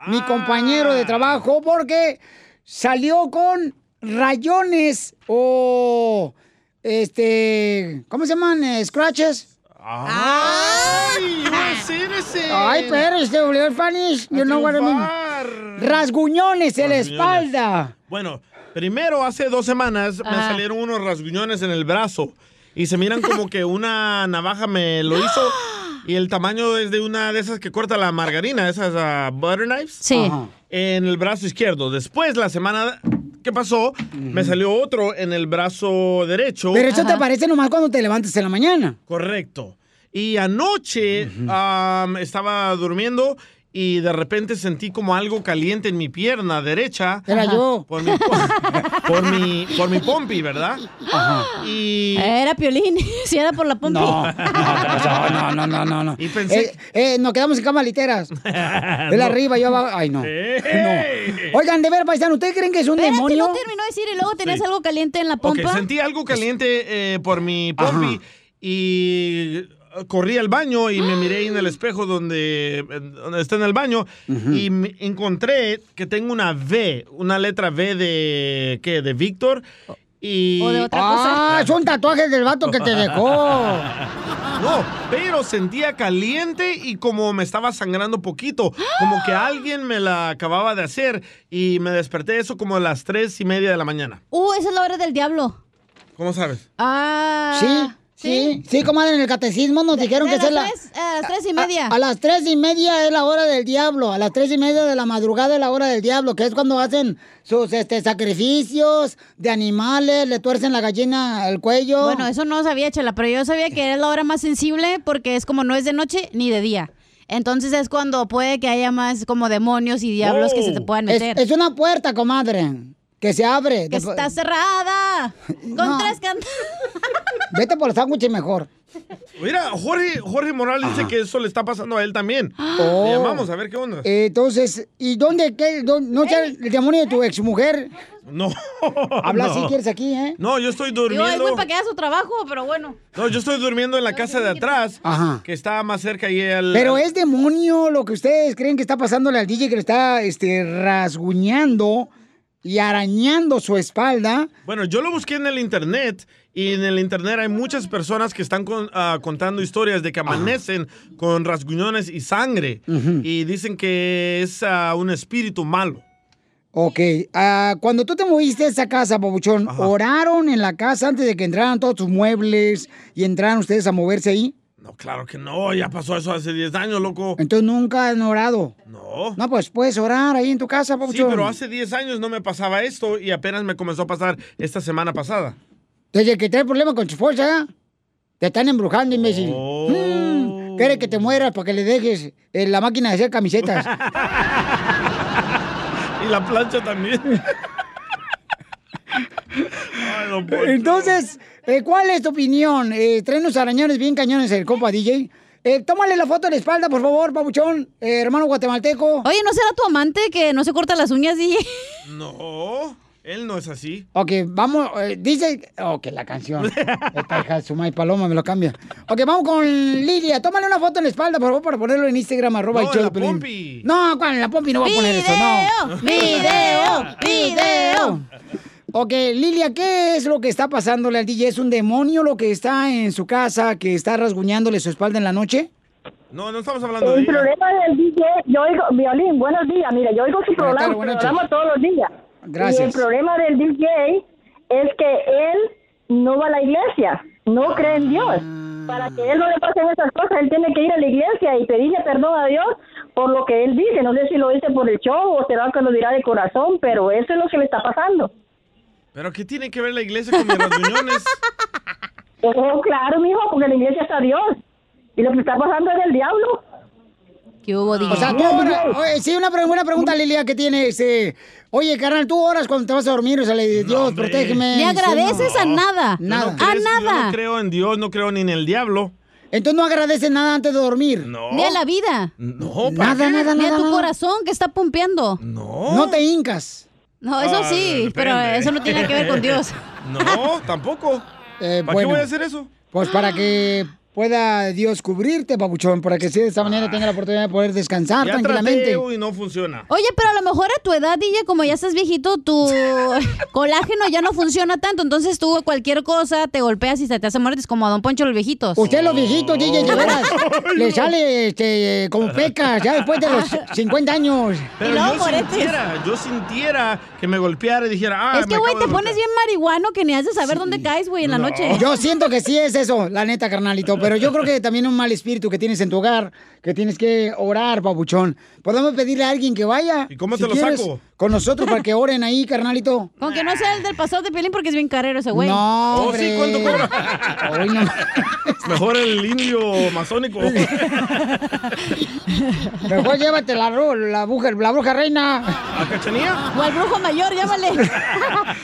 Speaker 2: mi compañero de trabajo, porque salió con rayones o. Este. ¿Cómo se llaman? Eh, ¿Scratches?
Speaker 1: ¡Ay, citizen!
Speaker 2: Ay, pero este volvió Spanish. Yo no guardo Rasguñones en la espalda. Ah.
Speaker 3: Bueno, primero hace dos semanas me
Speaker 2: Ajá.
Speaker 3: salieron unos rasguñones en el brazo y se miran como que una navaja me lo hizo y el tamaño es de una de esas que corta la margarina, esas ah, butter knives.
Speaker 10: Sí. Ajá.
Speaker 3: En el brazo izquierdo. Después, la semana que pasó, me salió otro en el brazo derecho.
Speaker 2: Pero eso te aparece nomás cuando te levantes en la mañana.
Speaker 3: Correcto. Y anoche am, estaba durmiendo y de repente sentí como algo caliente en mi pierna derecha.
Speaker 2: Era yo.
Speaker 3: Por mi, po- por mi, por mi pompi, ¿verdad?
Speaker 10: Ah.
Speaker 3: Y...
Speaker 10: Era Piolín. Si era por la pompa.
Speaker 2: no, no, no, no, no.
Speaker 3: Y pensé...
Speaker 2: Eh, eh, nos quedamos en cama literas. Él arriba, yo abajo. Ay, no. No. Oigan, de ver, paisano, ¿ustedes creen que es un demonio?
Speaker 10: No terminó de decir y luego tenías
Speaker 3: Sí.
Speaker 10: algo caliente en la
Speaker 3: Ok,
Speaker 10: pompa.
Speaker 3: sentí algo caliente eh, por mi pompi y eh, corrí al baño y me miré en el
Speaker 2: ¡Ah!
Speaker 3: espejo donde, eh, donde está en el baño y me encontré que tengo una V, una letra V de, ¿qué? De Víctor y...
Speaker 2: ah, son tatuajes del vato que te dejó.
Speaker 3: No, pero sentía caliente y como me estaba sangrando poquito, como que alguien me la acababa de hacer y me desperté eso como a las tres y media de la mañana.
Speaker 10: Uh, esa es la hora del diablo.
Speaker 3: ¿Cómo sabes?
Speaker 10: Ah.
Speaker 2: Sí, sí, sí, comadre, en el catecismo nos dijeron
Speaker 10: de
Speaker 2: que es
Speaker 10: las
Speaker 2: la...
Speaker 10: tres- a las tres y media.
Speaker 2: A, a las tres y media es la hora del diablo, a las tres y media de la madrugada es la hora del diablo, que es cuando hacen sus este, sacrificios de animales, le tuercen la gallina el cuello.
Speaker 10: Bueno, eso no sabía, Chela, pero yo sabía que era la hora más sensible porque es como no es de noche ni de día. Entonces es cuando puede que haya más como demonios y diablos que se te puedan
Speaker 2: Oh. Es-
Speaker 10: meter.
Speaker 2: Es, una puerta, comadre, que se abre.
Speaker 10: que
Speaker 2: Después-
Speaker 10: está cerrada. Con
Speaker 2: No.
Speaker 10: tres candados.
Speaker 2: Vete por el sándwich mejor.
Speaker 3: Mira, Jorge, Jorge Morales dice que eso le está pasando a él también.
Speaker 10: Ah.
Speaker 2: Oh.
Speaker 3: Le llamamos a ver qué onda.
Speaker 2: Eh, Entonces, ¿y dónde? Qué, dónde- ¿No sea el demonio de tu exmujer?
Speaker 3: No.
Speaker 2: Habla
Speaker 3: No.
Speaker 2: si quieres aquí, ¿eh?
Speaker 3: No, yo estoy
Speaker 10: Digo, es muy
Speaker 3: durmiendo.
Speaker 10: para que haga su trabajo, pero bueno.
Speaker 3: No, yo estoy durmiendo en la casa de atrás, que está más cerca y el.
Speaker 2: Pero es demonio lo que ustedes creen que está pasándole al DJ que le está este, rasguñando y arañando su espalda.
Speaker 3: Bueno, yo lo busqué en el internet y en el internet hay muchas personas que están con- ah, contando historias de que amanecen con rasguñones y sangre y dicen que es ah, un espíritu malo.
Speaker 2: Ok, ah, cuando tú te moviste a esa casa, Pabuchón, ¿oraron en la casa antes de que entraran todos tus muebles y entraran ustedes a moverse ahí?
Speaker 3: No, claro que no, ya pasó eso hace 10 años, loco.
Speaker 2: Entonces nunca han orado.
Speaker 3: No.
Speaker 2: No, pues puedes orar ahí en tu casa,
Speaker 3: Sí,
Speaker 2: Pabuchón.
Speaker 3: pero hace 10 años no me pasaba esto y apenas me comenzó a pasar esta semana pasada.
Speaker 2: Desde que trae problemas con tu esposa, ¿eh? te están embrujando, imbécil.
Speaker 3: Oh.
Speaker 2: Mm, quiere que te mueras para que le dejes eh, la máquina de hacer camisetas.
Speaker 3: Y la plancha también. Ay, don Poncho.
Speaker 2: Entonces, eh, ¿cuál es tu opinión? Eh, traen unos arañones bien cañones el compa DJ. Eh, tómale la foto de la espalda, por favor, papuchón, eh, hermano guatemalteco.
Speaker 10: Oye, ¿no será tu amante que no se corta las uñas, DJ?
Speaker 3: No, él no es así.
Speaker 2: Ok, vamos, eh, dice... Ok, la canción. Esta hija de su madre paloma me lo cambia. Ok, vamos con Lilia. Tómale una foto en la espalda, por favor, para ponerlo en Instagram, arroba
Speaker 1: No,
Speaker 2: el show
Speaker 1: en
Speaker 2: de
Speaker 1: la
Speaker 2: Piolín.
Speaker 1: pompi.
Speaker 2: No, ¿cuál? En la pompi no voy a poner eso, no.
Speaker 1: Video, video,
Speaker 2: Ok, Lilia, ¿qué es lo que está pasándole al DJ? ¿Es un demonio lo que está en su casa, que está rasguñándole su espalda en la noche?
Speaker 3: No, no estamos hablando de
Speaker 23: El
Speaker 3: ella.
Speaker 23: problema del DJ, yo oigo, Violín, buenos días, mira, yo oigo su
Speaker 3: Buenas
Speaker 23: programa,
Speaker 3: tardes,
Speaker 23: su
Speaker 3: buenas
Speaker 23: programa
Speaker 3: noches.
Speaker 23: todos los días.
Speaker 3: Gracias.
Speaker 23: Y el problema del DJ es que él no va a la iglesia,
Speaker 3: Ah.
Speaker 23: no cree en Dios. Para que él no le pasen esas cosas, él tiene que ir a la iglesia y pedirle perdón a Dios por lo que él dice. No sé si lo dice por el show o será que lo dirá de corazón, pero eso es lo que le está pasando.
Speaker 3: ¿Pero qué tiene que ver la iglesia con mis rasguñones?
Speaker 23: Oh, claro, mijo, porque la iglesia está Dios. Y lo que está pasando es del diablo.
Speaker 10: ¿Qué hubo,
Speaker 2: O sea, tú oras- oye, sí, una, pre- una pregunta, Lilia, que tiene este... Oye, carnal, ¿tú oras cuando te vas a dormir? O sea, le Dios, protégeme.
Speaker 10: Le agradeces a
Speaker 2: Señor.
Speaker 10: nada.
Speaker 3: Yo no
Speaker 2: Ah,
Speaker 3: creo-
Speaker 2: Nada. A
Speaker 3: yo
Speaker 2: nada.
Speaker 3: no creo en Dios, no creo ni en el diablo.
Speaker 2: Entonces no agradeces nada antes de dormir.
Speaker 3: No.
Speaker 10: Ni a la vida.
Speaker 3: No, ¿para
Speaker 10: Nada,
Speaker 3: qué?
Speaker 10: nada, nada. Ni a tu corazón que está pumpeando.
Speaker 3: No.
Speaker 2: No te hincas.
Speaker 10: No, eso
Speaker 3: Ah,
Speaker 10: sí,
Speaker 3: depende.
Speaker 10: pero eso no tiene que ver con Dios.
Speaker 3: No, tampoco.
Speaker 2: Eh,
Speaker 3: ¿Para
Speaker 2: bueno.
Speaker 3: qué voy a hacer eso?
Speaker 2: Pues para que pueda Dios cubrirte, papuchón, para que si de esta manera tenga la oportunidad de poder descansar
Speaker 3: Ah. ya
Speaker 2: tranquilamente.
Speaker 3: traté y no funciona.
Speaker 10: Oye, pero a lo mejor a tu edad, DJ, como ya estás viejito, tu colágeno ya no funciona tanto. Entonces tú cualquier cosa te golpeas y se te hace muertes como a Don Poncho los viejitos.
Speaker 2: Usted los viejitos, DJ, de veras, le sale este, como pecas ya después de los 50 años.
Speaker 3: Pero yo
Speaker 10: este
Speaker 3: sintiera, yo sintiera que me golpeara y dijera, ah,
Speaker 10: es que,
Speaker 3: me
Speaker 10: güey,
Speaker 3: acabo
Speaker 10: te
Speaker 3: de
Speaker 10: pones bien marihuano que ni has de saber dónde caes, güey, en la noche.
Speaker 2: Yo siento que sí es eso, la neta, carnalito. Pero yo creo que también un mal espíritu que tienes en tu hogar, que tienes que orar, papuchón. Podemos pedirle a alguien que vaya. ¿Y
Speaker 3: cómo te lo saco?
Speaker 2: Con nosotros para que oren ahí, carnalito.
Speaker 10: Con que no sea el del pasado de Pelín porque es bien carero ese güey.
Speaker 2: No, Oh, sí, hombre. ¿cuánto cobra?
Speaker 3: Mejor el indio masónico.
Speaker 2: Mejor llévate la, ro- la, bruja, la bruja reina.
Speaker 3: ¿A Cachanía?
Speaker 10: O al brujo mayor, llámale.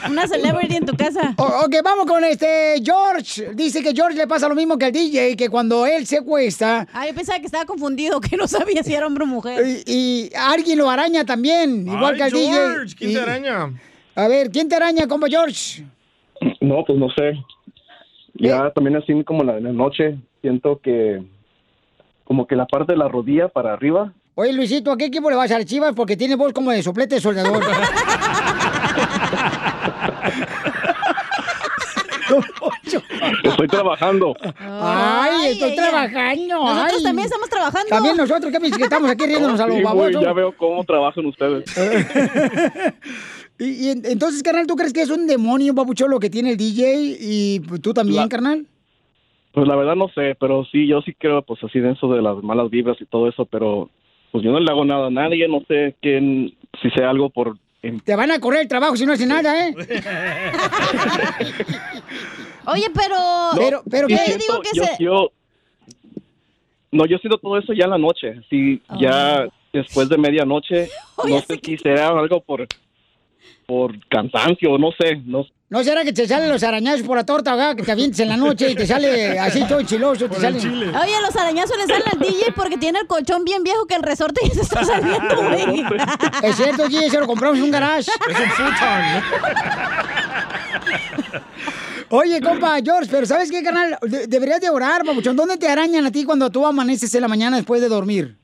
Speaker 10: Una celebrity en tu casa.
Speaker 2: O- ok, vamos con este George. Dice que George le pasa lo mismo que al DJ, que cuando él se cuesta
Speaker 10: Ah, yo pensaba que estaba confundido, que no sabía si era hombre o mujer.
Speaker 2: y, y alguien lo araña también, igual
Speaker 10: Ay,
Speaker 2: que al
Speaker 10: George,
Speaker 2: DJ.
Speaker 10: ¿quién te
Speaker 2: Y-
Speaker 3: araña?
Speaker 2: A ver, ¿quién te araña, compa George?
Speaker 24: No, pues no sé. Ya también así como la, la noche, siento que como que la parte de la rodilla para arriba.
Speaker 2: Oye, Luisito, ¿a qué equipo le vas a Chivas? Porque tiene voz como de soplete de soldador.
Speaker 24: Estoy trabajando.
Speaker 2: Ay, estoy trabajando.
Speaker 10: Nosotros
Speaker 2: ay.
Speaker 10: también estamos trabajando.
Speaker 2: También nosotros, ¿qué piensas que estamos aquí riéndonos a los
Speaker 24: Sí, güey,
Speaker 2: babosos?
Speaker 24: ya veo cómo trabajan ustedes.
Speaker 2: Y, y en- entonces, carnal, ¿tú crees que es un demonio, papuchón, lo que tiene el DJ y tú también,
Speaker 24: La-
Speaker 2: carnal?
Speaker 24: Pues la verdad no sé, pero sí, yo sí creo pues así dentro de las malas vibras y todo eso, pero pues yo no le hago nada a nadie, no sé quién, si sea algo por... en-
Speaker 2: Te van a correr el trabajo si no haces nada, ¿eh?
Speaker 10: Oye, pero.
Speaker 24: No, sí
Speaker 10: yo
Speaker 24: siento-
Speaker 10: digo que
Speaker 24: yo,
Speaker 10: se.
Speaker 24: yo- no, yo siento todo eso ya en la noche, sí,
Speaker 10: Oh,
Speaker 24: ya después de medianoche, no sé si será algo por por cansancio, no sé, no
Speaker 2: ¿No será que te salen los arañazos por la torta, acá, que te avientes en la noche y te sale así todo chiloso? Te sale...
Speaker 10: Oye, los arañazos le salen al DJ porque tiene el colchón bien viejo que el resorte ya se está saliendo, güey.
Speaker 2: Es cierto, DJ, se lo compramos en un garage.
Speaker 3: Es un futon.
Speaker 2: Oye, compa, George, pero ¿sabes qué, canal? deberías de orar, papuchón. ¿Dónde te arañan a ti cuando tú amaneces en la mañana después de dormir?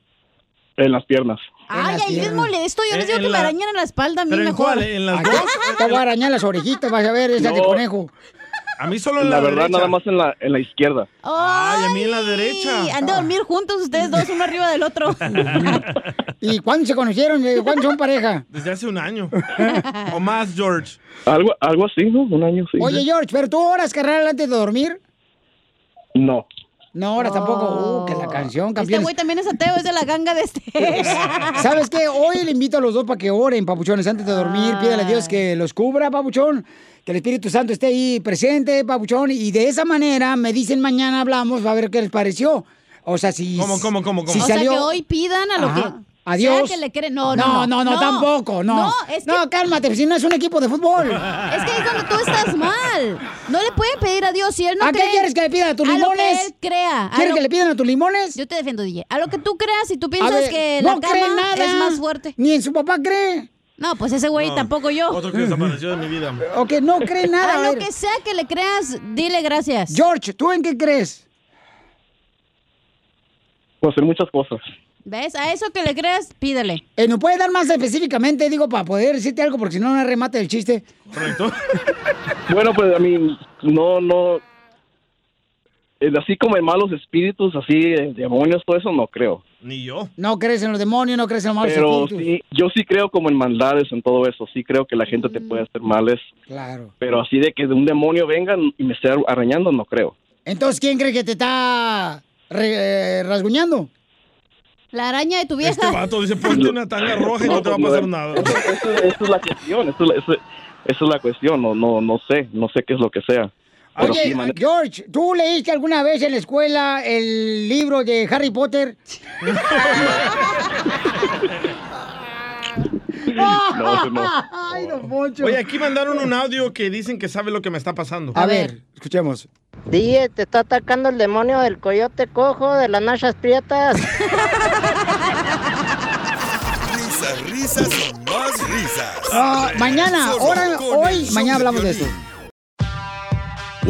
Speaker 24: En las piernas.
Speaker 10: Ay, ahí es molesto.
Speaker 2: Eh,
Speaker 10: Yo les digo
Speaker 24: En
Speaker 10: que me
Speaker 24: la-
Speaker 10: arañan en la espalda a mí
Speaker 24: ¿Pero en
Speaker 10: mejor.
Speaker 24: cuál? ¿En las
Speaker 2: Acá Te voy a arañar las orejitas, vas a ver, esa de
Speaker 24: No.
Speaker 2: conejo.
Speaker 3: A mí solo en
Speaker 24: La
Speaker 3: la,
Speaker 24: verdad,
Speaker 3: derecha.
Speaker 24: nada más en la, en la izquierda.
Speaker 10: Ay,
Speaker 3: a mí en la
Speaker 10: Sí,
Speaker 3: derecha.
Speaker 10: han de dormir juntos ustedes dos, uno arriba del otro.
Speaker 2: ¿Y cuándo se conocieron? ¿Desde ¿Cuándo son pareja?
Speaker 3: Desde hace un año. o más, George.
Speaker 24: Algo, algo así, ¿no? Un año, sí.
Speaker 2: Oye, George, ¿pero tú oras, carnal, antes de dormir?
Speaker 24: No.
Speaker 2: No, oras tampoco. Uh, que la canción,
Speaker 10: Este
Speaker 2: campeón.
Speaker 10: güey también es ateo, es de la ganga de este.
Speaker 2: ¿Sabes qué? Hoy le invito a los dos para que oren, papuchones, antes de dormir. Pídale a Dios
Speaker 10: Ah.
Speaker 2: que los cubra, papuchón. Que el Espíritu Santo esté ahí presente, papuchón. Y de esa manera me dicen mañana hablamos, a ver qué les pareció. O sea, si.
Speaker 3: ¿Cómo, cómo, cómo, cómo?
Speaker 2: Si
Speaker 10: o
Speaker 2: salió...
Speaker 10: sea que hoy pidan a lo
Speaker 2: Ajá.
Speaker 10: que.
Speaker 2: Adiós.
Speaker 10: sea que le creen. No, no,
Speaker 2: no, no, tampoco, no.
Speaker 10: No, es que-
Speaker 2: No, cálmate, pues, si no es un equipo de fútbol.
Speaker 10: Es que ahí es cuando tú estás mal. No le pueden pedir a Dios si él no
Speaker 2: ¿A qué
Speaker 10: cree.
Speaker 2: quieres que le pidan? ¿A tus
Speaker 10: lo que
Speaker 2: limones?
Speaker 10: él crea. A
Speaker 2: ¿Quieres
Speaker 10: lo-
Speaker 2: que le pidan a tus limones?
Speaker 10: Yo te defiendo, DJ. A lo que tú creas, si tú piensas
Speaker 2: ver,
Speaker 10: que
Speaker 2: no
Speaker 10: la
Speaker 2: cree
Speaker 10: cama
Speaker 2: nada.
Speaker 10: es más fuerte.
Speaker 2: Ni en su papá cree.
Speaker 10: No, pues ese güey
Speaker 3: No,
Speaker 10: tampoco yo.
Speaker 3: Otro que desapareció de mi vida.
Speaker 2: O que no cree nada.
Speaker 10: A
Speaker 2: a
Speaker 10: lo
Speaker 2: ver.
Speaker 10: que sea que le creas, dile gracias.
Speaker 2: George, ¿tú en qué crees?
Speaker 24: Puedo hacer muchas cosas.
Speaker 10: ¿Ves? A eso que le creas, pídele.
Speaker 2: Eh, ¿Nos puedes dar más específicamente, digo, para poder decirte algo? Porque si no, no remate el chiste.
Speaker 24: Bueno, pues a mí, no, no. eh, Así como en malos espíritus, así, eh, demonios, todo eso no creo.
Speaker 3: Ni yo.
Speaker 2: No crees en los demonios, no crees en los malos
Speaker 24: Pero
Speaker 2: espíritus.
Speaker 24: sí, yo sí creo como en maldades, en todo eso. Sí creo que la gente te
Speaker 10: Mm.
Speaker 24: puede hacer males.
Speaker 2: Claro.
Speaker 24: Pero así de que de un demonio vengan y me esté arañando, no creo.
Speaker 2: Entonces, ¿quién cree que te está re- eh, rasguñando?
Speaker 10: La araña de tu
Speaker 2: vieja.
Speaker 3: Este vato dice, ponte una tanga roja y no te va a pasar nada.
Speaker 24: Eso, eso es la cuestión, eso, es la- eso- eso es la cuestión. No, no, no sé, no sé qué es lo que sea. Pero
Speaker 2: Oye,
Speaker 24: sí, man-
Speaker 2: George, ¿tú leíste alguna vez en la escuela el libro de Harry Potter?
Speaker 3: No, eso no.
Speaker 2: Ay, don Ah, Poncho.
Speaker 3: Oye, aquí mandaron un audio que dicen que sabe lo que me está pasando.
Speaker 2: A ver, escuchemos.
Speaker 22: DJ, te está atacando el demonio del coyote cojo, de las nachas prietas.
Speaker 6: Risas, risas y más risas.
Speaker 2: Ah, mañana,
Speaker 6: Solo
Speaker 2: ahora,
Speaker 6: con el
Speaker 2: hoy,
Speaker 6: show
Speaker 2: mañana hablamos de
Speaker 6: Piolín.
Speaker 2: eso.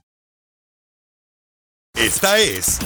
Speaker 6: Esta es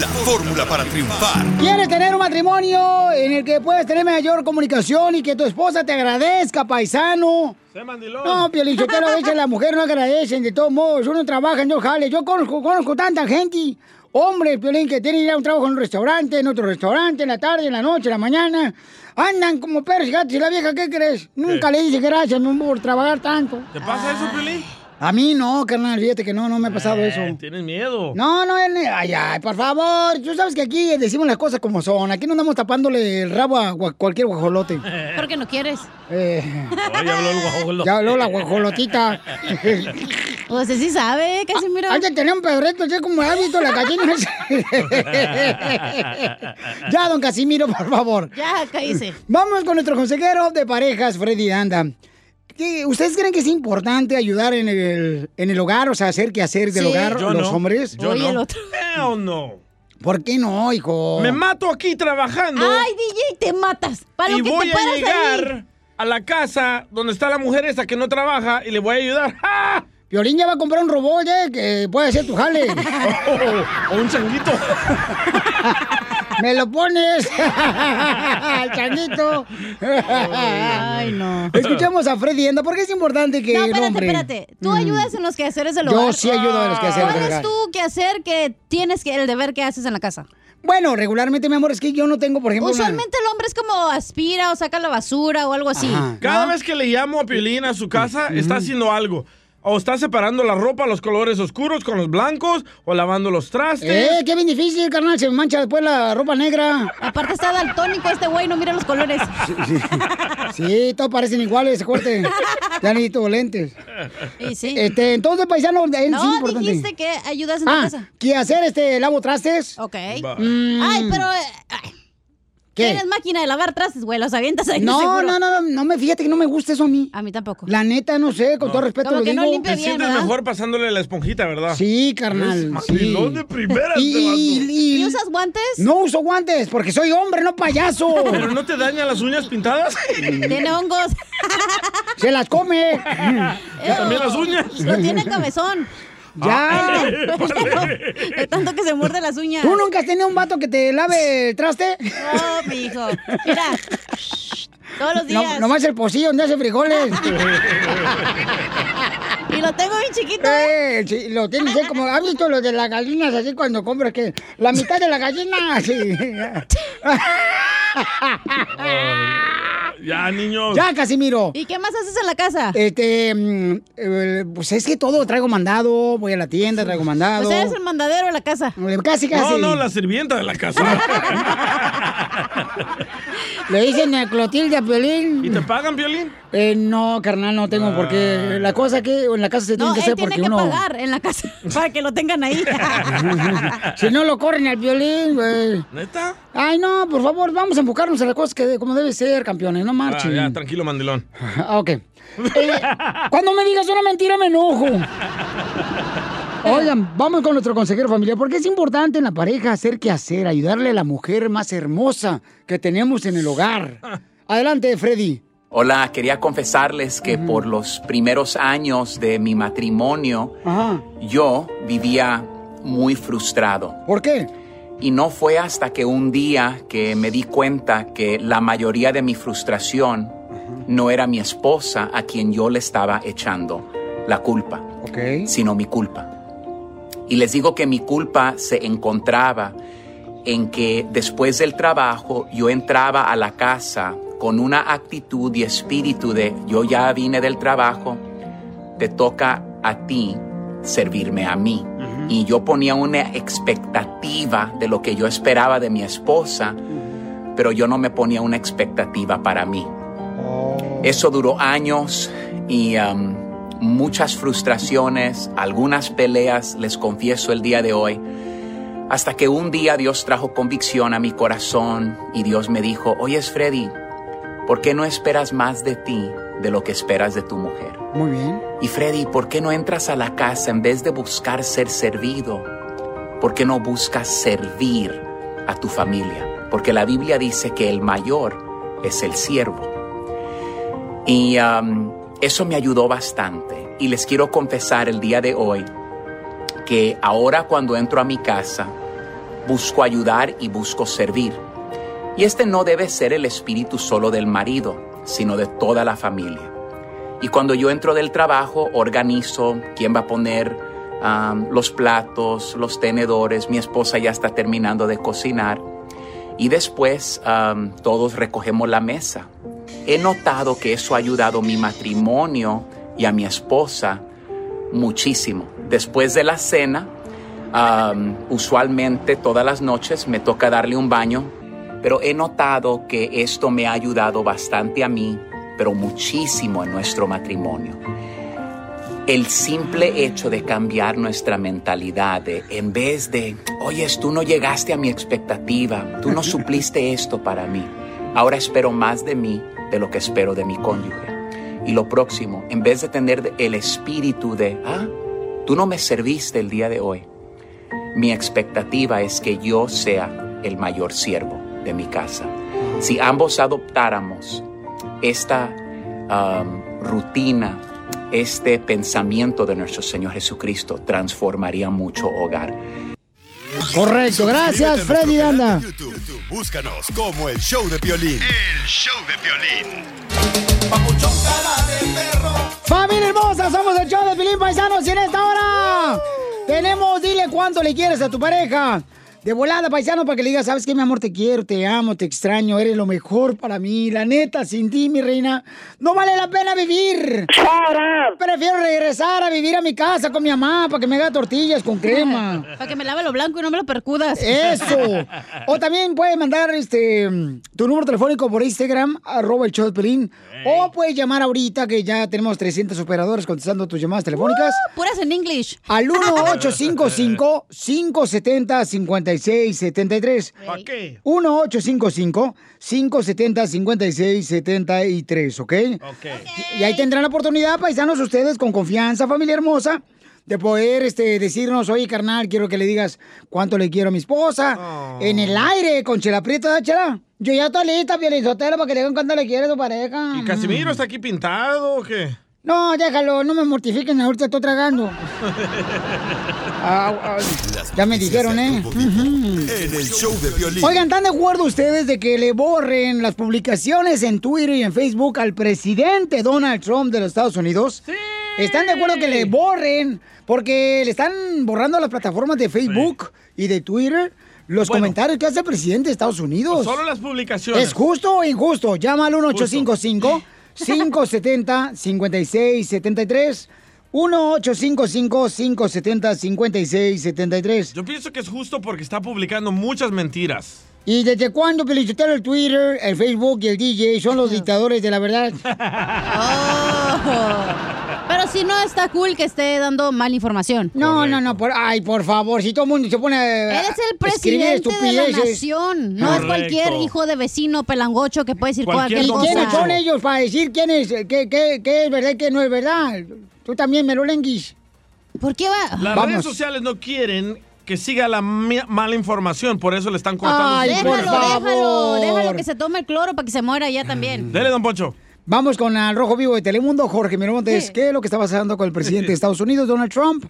Speaker 6: la fórmula para triunfar.
Speaker 2: ¿Quieres tener un matrimonio en el que puedas tener mayor comunicación y que tu esposa te agradezca, paisano?
Speaker 3: Se mandiló.
Speaker 2: No, Piolín, yo te lo veces las mujeres no agradecen, de todos modos, uno trabaja, no jale. Yo conozco, conozco tanta gente, hombres, Piolín, que tienen que ir a un trabajo en un restaurante, en otro restaurante, en la tarde, en la noche, en la mañana. Andan como perros y gatos, y la vieja, ¿qué crees? Nunca le dice gracias, mi amor, por trabajar tanto.
Speaker 3: ¿Te pasa eso, Piolín?
Speaker 2: A mí no, carnal, fíjate que no, no me ha pasado Ah, eso.
Speaker 3: Eh, Tienes miedo.
Speaker 2: No, no, en- ay, ay, por favor. Tú sabes que aquí decimos las cosas como son. Aquí no andamos tapándole el rabo a gua- cualquier guajolote.
Speaker 10: Porque no quieres.
Speaker 2: Eh,
Speaker 3: Oye, habló el guajolote.
Speaker 2: ya habló la guajolotita. Ah,
Speaker 10: Pues sí sabe, casi mira.
Speaker 2: Hay que tener un pedreto, ya como ha visto la gallina. ya, don Casimiro, por favor.
Speaker 10: Ya, caíse.
Speaker 2: Vamos con nuestro consejero de parejas, Freddy Danda. ¿Qué- ¿Ustedes creen que es importante ayudar en el, en el hogar, o sea, hacer que hacer del
Speaker 3: Sí.
Speaker 2: hogar
Speaker 3: Yo
Speaker 2: los
Speaker 3: no.
Speaker 2: hombres?
Speaker 3: Yo Oye, no. el otro.
Speaker 2: o no? ¿Por qué no, hijo?
Speaker 3: Me mato aquí trabajando.
Speaker 10: Ay, DJ, te matas. Para lo
Speaker 3: y
Speaker 10: que
Speaker 3: voy
Speaker 10: te
Speaker 3: a
Speaker 10: paras
Speaker 3: llegar
Speaker 10: ahí.
Speaker 3: a la casa donde está la mujer esa que no trabaja y le voy a ayudar.
Speaker 2: Piolín ya va a comprar un robot, ¿eh? Que puede ser tu jale.
Speaker 3: Oh, o un changuito.
Speaker 2: Me lo pones. Changuito. Ay, no. Escuchamos a Freddy Enda, porque es importante que.
Speaker 10: No, espérate,
Speaker 2: nombre.
Speaker 10: espérate. Tú ayudas en los quehaceres del
Speaker 2: Yo
Speaker 10: hogar.
Speaker 2: sí ayudo en los quehaceres
Speaker 10: ¿Cuál
Speaker 2: del
Speaker 10: es
Speaker 2: hogar.
Speaker 10: tu quehacer que tienes que, el deber que haces en la casa?
Speaker 2: Mm. Bueno, regularmente, mi amor, es que yo no tengo, por ejemplo. una-
Speaker 10: Usualmente el hombre es como aspira o saca la basura o algo así.
Speaker 3: Cada vez que le llamo a Piolín a su casa, está haciendo algo. O está separando la ropa, los colores oscuros con los blancos, o lavando los trastes.
Speaker 2: Eh, qué bien difícil, carnal. Se me mancha después la ropa negra.
Speaker 10: Aparte está daltónico este güey, no mira los colores.
Speaker 2: Sí, todos parecen iguales, corte. Ya necesito lentes.
Speaker 10: Y sí.
Speaker 2: Este, entonces, paisano, es
Speaker 10: no,
Speaker 2: importante.
Speaker 10: dijiste que ayudas en tu
Speaker 2: ah,
Speaker 10: casa.
Speaker 2: ¿qué hacer? Este, lavo trastes.
Speaker 10: Ok.
Speaker 2: Mm.
Speaker 10: Ay, pero... eh, ay.
Speaker 2: ¿Qué?
Speaker 10: Tienes máquina de lavar trastes, güey, los avientas ahí
Speaker 2: No,
Speaker 10: seguro.
Speaker 2: no, no, no, no me fíjate que no me gusta eso a mí.
Speaker 10: A mí tampoco.
Speaker 2: La neta, no sé, con todo respeto lo digo.
Speaker 3: Te sientes mejor pasándole la esponjita, ¿verdad?
Speaker 2: Sí, carnal.
Speaker 3: Es
Speaker 2: Sí.
Speaker 3: mandilón de primera.
Speaker 2: Y,
Speaker 3: este vato.
Speaker 2: y- y-
Speaker 10: usas guantes?
Speaker 2: No uso guantes porque soy hombre, no payaso.
Speaker 3: ¿Pero no te dañan las uñas pintadas?
Speaker 10: Tiene hongos.
Speaker 2: Se las come.
Speaker 10: Eh,
Speaker 3: También las uñas. pues
Speaker 10: Lo tiene cabezón.
Speaker 3: Ah.
Speaker 2: Ya.
Speaker 10: Es tanto que se muerde las uñas.
Speaker 2: ¿Tú nunca has tenido un vato que te lave el traste?
Speaker 10: No, mi hijo. Mira. Todos los
Speaker 2: No-
Speaker 10: días.
Speaker 2: nomás el pocillo donde hace frijoles.
Speaker 10: Y lo tengo bien chiquito.
Speaker 2: Eh, sí, lo tienes ahí como, ¿has visto lo de las gallinas así cuando compras que la mitad de la gallina? así.
Speaker 3: Ya, niños.
Speaker 2: ya, Casimiro.
Speaker 10: ¿Y qué más haces en la casa?
Speaker 2: Este, mm, eh, pues es que todo traigo mandado, voy a la tienda, traigo mandado.
Speaker 10: Pues eres el mandadero de la casa.
Speaker 2: Casi,
Speaker 3: No,
Speaker 2: casi.
Speaker 3: no, la sirvienta de la casa. Ah,
Speaker 2: Le dicen a Clotilde a Piolín.
Speaker 3: ¿Y te pagan, Piolín? Ah.
Speaker 2: Eh, no, carnal, no tengo, porque la cosa que en la casa se tiene
Speaker 10: No,
Speaker 2: que
Speaker 10: él
Speaker 2: hacer
Speaker 10: tiene
Speaker 2: porque
Speaker 10: que
Speaker 2: uno...
Speaker 10: pagar en la casa para que lo tengan ahí.
Speaker 2: Si no lo corren al violín, güey.
Speaker 3: ¿Neta?
Speaker 2: Ay, no, por favor, vamos a enfocarnos en las cosas que, como debe ser, campeones, no
Speaker 3: Ah,
Speaker 2: marchen.
Speaker 3: ya, tranquilo, mandilón.
Speaker 2: Ah, ok. Eh, cuando me digas una mentira, me enojo. Oigan, vamos con nuestro consejero familiar, porque es importante en la pareja hacer qué hacer, ayudarle a la mujer más hermosa que tenemos en el hogar. Adelante, Freddy.
Speaker 25: Hola, quería confesarles que por los primeros años de mi matrimonio
Speaker 2: Ajá.
Speaker 25: yo vivía muy frustrado.
Speaker 2: ¿Por qué?
Speaker 25: Y no fue hasta que un día que me di cuenta que la mayoría de mi frustración no era mi esposa a quien yo le estaba echando la culpa, sino mi culpa. Y les digo que mi culpa se encontraba en que después del trabajo yo entraba a la casa con una actitud y espíritu de yo ya vine del trabajo, te toca a ti servirme a mí. Y yo ponía una expectativa de lo que yo esperaba de mi esposa, pero yo no me ponía una expectativa para mí. Eso duró años y um, muchas frustraciones, algunas peleas, les confieso el día de hoy, hasta que un día Dios trajo convicción a mi corazón y Dios me dijo, oye Freddy, ¿por qué no esperas más de ti de lo que esperas de tu mujer?
Speaker 2: Muy bien.
Speaker 25: Y Freddy, ¿por qué no entras a la casa en vez de buscar ser servido? ¿Por qué no buscas servir a tu familia? Porque la Biblia dice que el mayor es el siervo. Y um, eso me ayudó bastante. Y les quiero confesar el día de hoy que ahora cuando entro a mi casa, busco ayudar y busco servir. Y este no debe ser el espíritu solo del marido, sino de toda la familia. Y cuando yo entro del trabajo, organizo quién va a poner um, los platos, los tenedores. Mi esposa ya está terminando de cocinar. Y después um, todos recogemos la mesa. He notado que eso ha ayudado a mi matrimonio y a mi esposa muchísimo. Después de la cena, um, usualmente todas las noches me toca darle un baño, pero he notado que esto me ha ayudado bastante a mí, pero muchísimo en nuestro matrimonio. El simple hecho de cambiar nuestra mentalidad, de, en vez de, oyes, tú no llegaste a mi expectativa, tú no supliste esto para mí, ahora espero más de mí de lo que espero de mi cónyuge. Y lo próximo, en vez de tener el espíritu de, ah, tú no me serviste el día de hoy, mi expectativa es que yo sea el mayor siervo de mi casa. Si ambos adoptáramos esta um, rutina, este pensamiento de nuestro Señor Jesucristo transformaría mucho hogar.
Speaker 2: Correcto, gracias Freddy de Anda.
Speaker 6: Búscanos como el show de Piolín. El show de Piolín.
Speaker 2: Familia hermosa, somos el show de Pilín Paisanos y en esta hora tenemos dile cuánto le quieres a tu pareja. De volada, paisano, para que le digas, ¿sabes qué, mi amor? Te quiero, te amo, te extraño, eres lo mejor para mí. La neta, sin ti, mi reina, no vale la pena vivir. Prefiero regresar a vivir a mi casa con mi mamá para que me haga tortillas con crema.
Speaker 10: Para que me lave lo blanco y no me lo percudas.
Speaker 2: Eso. O también puedes mandar este tu número telefónico por Instagram, arroba el show de Pelín. O puedes llamar ahorita, que ya tenemos 300 operadores contestando tus llamadas telefónicas.
Speaker 10: Uh, Puras en English.
Speaker 2: Al 1-855-570-5673.
Speaker 3: ¿Para qué?
Speaker 2: 1-855-570-5673, ¿ok?
Speaker 3: Ok.
Speaker 2: Y ahí tendrán la oportunidad, paisanos, ustedes con confianza, familia hermosa, de poder este, decirnos, oye, carnal, quiero que le digas cuánto le quiero a mi esposa.
Speaker 3: Oh.
Speaker 2: En el aire, con Chela Prieto, ¿verdad, Chela? Yo ya estoy lista, Pielizotero, para que le digan cuánto le quiere a tu pareja.
Speaker 3: ¿Y Casimiro está aquí pintado o qué?
Speaker 2: No, déjalo, no me mortifiquen, ahorita estoy tragando. Ah, ah, ya me dijeron, ¿eh?
Speaker 6: En el show de Piolín.
Speaker 2: Oigan, ¿están de acuerdo ustedes de que le borren las publicaciones en Twitter y en Facebook al presidente Donald Trump de los Estados Unidos? ¿Están de acuerdo que le borren? Porque le están borrando a las plataformas de Facebook y de Twitter los
Speaker 3: Bueno.
Speaker 2: comentarios que hace el presidente de Estados Unidos.
Speaker 3: Solo las publicaciones.
Speaker 2: ¿Es justo o injusto? Llama al
Speaker 3: Justo.
Speaker 2: 1855 570 5673 1855 570 5673
Speaker 3: Yo pienso que es justo porque está publicando muchas mentiras.
Speaker 2: ¿Y desde cuándo Pelichotero el Twitter, el Facebook y el DJ son los dictadores de la verdad?
Speaker 10: Oh. Pero si no está cool que esté dando mala información.
Speaker 2: No, no, no, por, ay, por favor, si todo el mundo se pone a
Speaker 10: Él es el
Speaker 2: escribir
Speaker 10: presidente de la
Speaker 2: estupideces.
Speaker 10: nación. No es
Speaker 2: Correcto.
Speaker 10: cualquier hijo de vecino pelangocho que puede decir cualquier,
Speaker 2: ¿Y quiénes son
Speaker 10: cosa.
Speaker 2: ellos para decir quién es, eh, qué, qué- qué es verdad y qué no es verdad? Tú también, Merolenguis.
Speaker 10: ¿Por qué va?
Speaker 3: Las redes sociales no quieren que siga la mi- mala información, por eso le están cortando.
Speaker 10: Ay,
Speaker 3: sus
Speaker 10: déjalo,
Speaker 3: cuentas.
Speaker 10: déjalo, déjalo que se tome el cloro para que se muera ya
Speaker 2: Mm.
Speaker 10: también.
Speaker 3: Dele, don Poncho.
Speaker 2: Vamos con al Rojo Vivo de Telemundo, Jorge Miramontes. ¿Qué es lo que está pasando con el presidente de Estados Unidos, Donald Trump?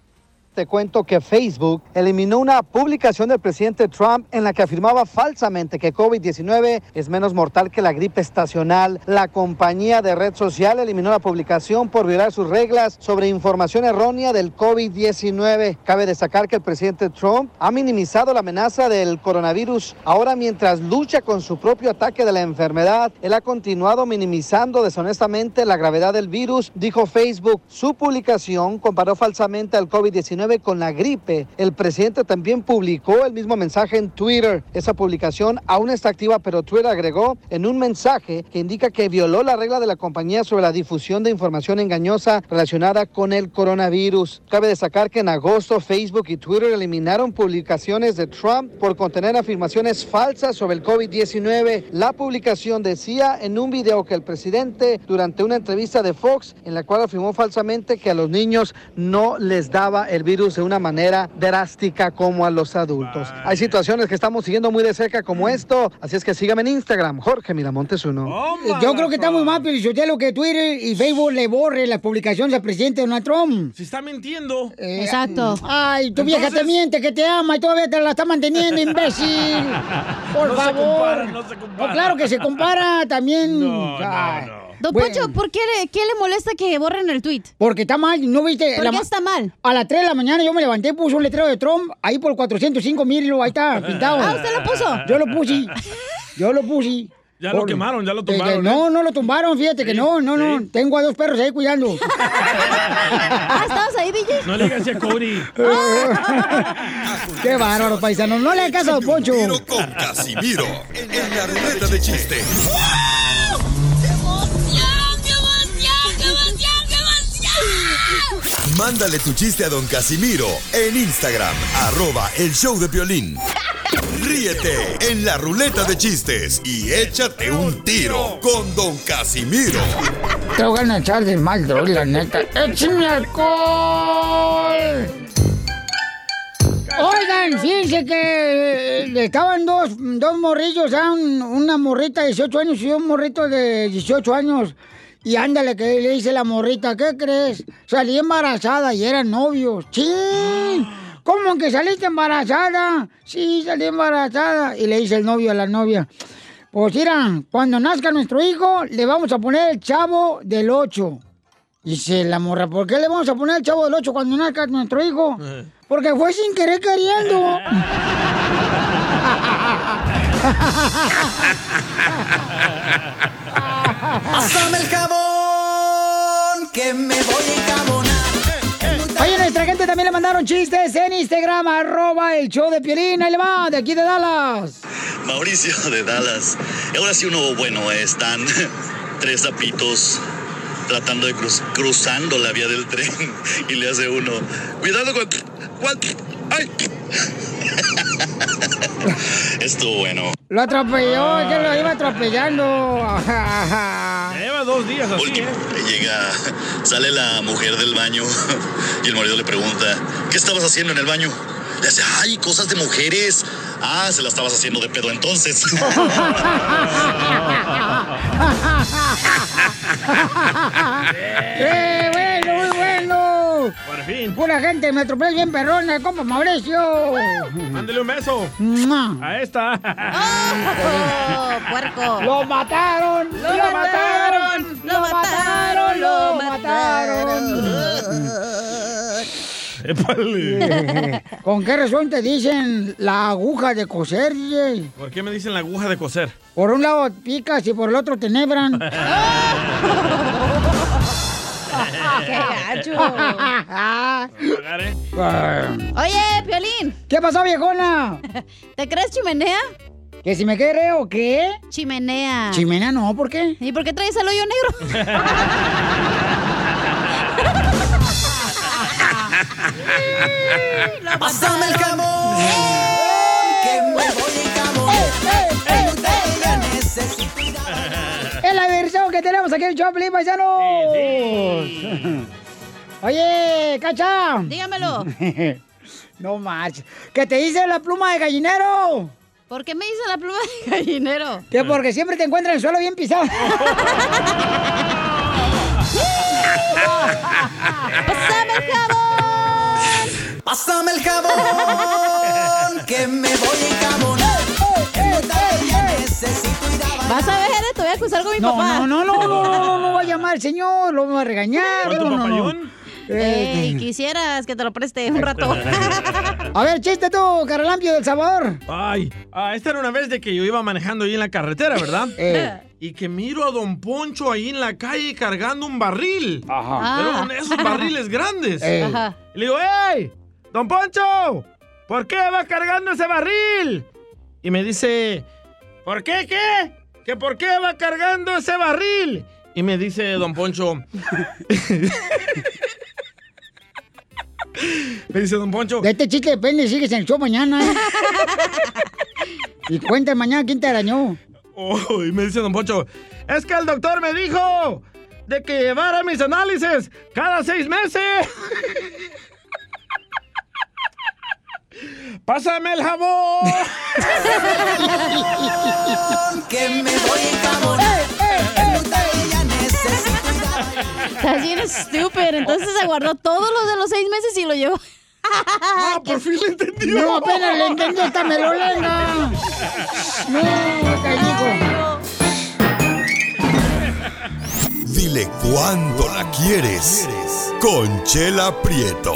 Speaker 7: Te cuento que Facebook eliminó una publicación del presidente Trump en la que afirmaba falsamente que COVID-19 es menos mortal que la gripe estacional. La compañía de red social eliminó la publicación por violar sus reglas sobre información errónea del COVID-19. Cabe destacar que el presidente Trump ha minimizado la amenaza del coronavirus. Ahora, mientras lucha con su propio ataque de la enfermedad, él ha continuado minimizando deshonestamente la gravedad del virus, dijo Facebook. Su publicación comparó falsamente al COVID-19 con la gripe. El presidente también publicó el mismo mensaje en Twitter. Esa publicación aún está activa, pero Twitter agregó en un mensaje que indica que violó la regla de la compañía sobre la difusión de información engañosa relacionada con el coronavirus. Cabe destacar que en agosto Facebook y Twitter eliminaron publicaciones de Trump por contener afirmaciones falsas sobre el COVID-19. La publicación decía en un video que el presidente, durante una entrevista de Fox, en la cual afirmó falsamente que a los niños no les daba el virus de una manera drástica como a los adultos. Hay situaciones que estamos siguiendo muy de cerca como esto, así es que sígame en Instagram, Jorge Miramontes uno.
Speaker 2: Yo creo que estamos más, Pelichotelo, que Twitter y Facebook le borre las publicaciones al presidente Donald Trump.
Speaker 3: Si está mintiendo.
Speaker 2: Eh, Ay, tu vieja te miente que te ama y todavía te la está manteniendo, imbécil. Por
Speaker 3: No se
Speaker 2: favor.
Speaker 3: compara, no se compara.
Speaker 2: No, claro que se compara también.
Speaker 3: No, no,
Speaker 2: Ay,
Speaker 10: Don
Speaker 2: bueno.
Speaker 10: Poncho, ¿por qué le, qué le molesta que borren el tweet?
Speaker 2: Porque está mal, ¿no viste?
Speaker 10: ¿Por
Speaker 2: La
Speaker 10: qué
Speaker 2: ma-
Speaker 10: está mal?
Speaker 2: A las 3 de la mañana yo me levanté, puse un letrero de Trump, ahí por 405 mil, ahí está, pintado.
Speaker 10: Ah, ¿usted lo puso?
Speaker 2: Yo lo puse, yo lo puse.
Speaker 3: Ya lo
Speaker 2: Por-
Speaker 3: quemaron, ya lo
Speaker 2: Eh, que
Speaker 3: tumbaron,
Speaker 2: no, no lo tumbaron, fíjate que no, no, no. Tengo a dos perros ahí cuidando.
Speaker 10: Ah, ¿estabas ahí, DJ?
Speaker 3: No le digas así a Cody.
Speaker 2: Qué bárbaro, paisano. No le hagas caso a Don Poncho.
Speaker 6: Con Casimiro. En la ruleta de chiste. Mándale tu chiste a don Casimiro en Instagram, arroba el show de Piolín. Ríete en la ruleta de chistes y échate un tiro con don Casimiro.
Speaker 2: Te voy a echar de mal, doy, la neta. ¡Échame alcohol! Oigan, fíjense que eh, le estaban dos, ah, dos morrillos, a un- una morrita de 18 años y un morrito de 18 años. Y ándale, que le dice la morrita, ¿qué crees? Salí embarazada y eran novios. ¡Sí! ¿Cómo que saliste embarazada? Sí, salí embarazada. Y le dice el novio a la novia. Pues mira, cuando nazca nuestro hijo, le vamos a poner el chavo del 8. Dice la morra, ¿por qué le vamos a poner el chavo del 8 cuando nazca nuestro hijo? Porque fue sin querer queriendo.
Speaker 1: Pásame el jabón que me voy a encabonar.
Speaker 2: Oye, nuestra gente también le mandaron chistes en Instagram, arroba el show de Piolín, ahí le va, de aquí de Dallas.
Speaker 8: Mauricio de Dallas. Y Ahora sí uno bueno, eh, están tres zapitos tratando de cruz- cruzando la vía del tren y le hace uno, cuidado con... con- ¡Ay! Estuvo bueno.
Speaker 2: Lo atropelló, es que lo iba atropellando.
Speaker 8: Lleva dos días así, Llega, sale la mujer del baño y el marido le pregunta, ¿qué estabas haciendo en el baño? Le hace, ay, cosas de mujeres. Ah, se la estabas haciendo de pedo entonces. ¿eh?
Speaker 2: ¡Qué bueno, muy bueno!
Speaker 3: Por fin.
Speaker 2: Pura gente, me atropelló bien perrona, compa Mauricio.
Speaker 3: Mándele un beso. A esta.
Speaker 10: Oh,
Speaker 2: puerco! ¡Lo mataron! ¡Lo, mataron! ¡Lo mataron! ¡Lo mataron!
Speaker 3: Épale.
Speaker 2: ¿Con qué razón te dicen la aguja de coser, DJ?
Speaker 3: ¿Por qué me dicen la aguja de coser?
Speaker 2: Por un lado picas y por el otro te nebran.
Speaker 10: ¡Qué gacho!
Speaker 2: Oye, Piolín. ¿Qué pasó, viejona?
Speaker 10: ¿Te crees chimenea?
Speaker 2: ¿Que si me creo o qué?
Speaker 10: Chimenea.
Speaker 2: Chimenea no, ¿por qué?
Speaker 10: ¿Y por qué traes el hoyo negro?
Speaker 1: Pásame el jabón que me voy a encabonar. No te la necesito.
Speaker 2: Es la versión que tenemos aquí en Choplin, paisanos. Oye, cacha.
Speaker 10: Dígamelo.
Speaker 2: no más. ¿Qué te dice la pluma de gallinero?
Speaker 10: ¿Por qué me hizo la pluma de gallinero?
Speaker 2: Que porque siempre te encuentras en el suelo bien pisado.
Speaker 1: Pásame el jabón. Pásame el jabón que me voy a encabonar. No te la necesito.
Speaker 10: Vas a ver, te voy a acusar con mi
Speaker 2: No,
Speaker 10: papá.
Speaker 2: no, no, no, no, no, no va a llamar al señor, lo va a regañar.
Speaker 10: ¿Con tu
Speaker 2: no, no, no.
Speaker 10: papayón?
Speaker 2: Eh.
Speaker 10: Ey, quisieras que te lo preste un rato.
Speaker 2: A ver, chiste tú, Caralampio del Salvador.
Speaker 3: Ay, ah, esta era una vez de que yo iba manejando ahí en la carretera, ¿verdad?
Speaker 2: Eh.
Speaker 3: Y que miro a Don Poncho ahí en la calle cargando un barril.
Speaker 2: Ajá.
Speaker 3: Pero con esos barriles grandes.
Speaker 1: Eh. Ajá.
Speaker 3: Y le digo, ¡Ey! ¡Don Poncho! ¿Por qué va cargando ese barril? Y me dice, ¿por qué qué? ¿Que por qué va cargando ese barril? Y me dice Don Poncho. me dice Don Poncho.
Speaker 2: De este chiste depende, sigues en el show mañana. ¿eh? y cuenta mañana quién te arañó.
Speaker 3: Oh, y me dice Don Poncho, es que el doctor me dijo de que llevara mis análisis cada seis meses. Pásame el jabón.
Speaker 1: Que me voy a encabonar. No te la necesito.
Speaker 10: Estás bien estúpido. Entonces se guardó todos los de los seis meses y lo llevó.
Speaker 3: ¡Ah, por fin lo entendió!
Speaker 2: No, apenas le entendió esta melolena. No, te digo.
Speaker 6: Dile cuándo la quieres. Conchela Prieto.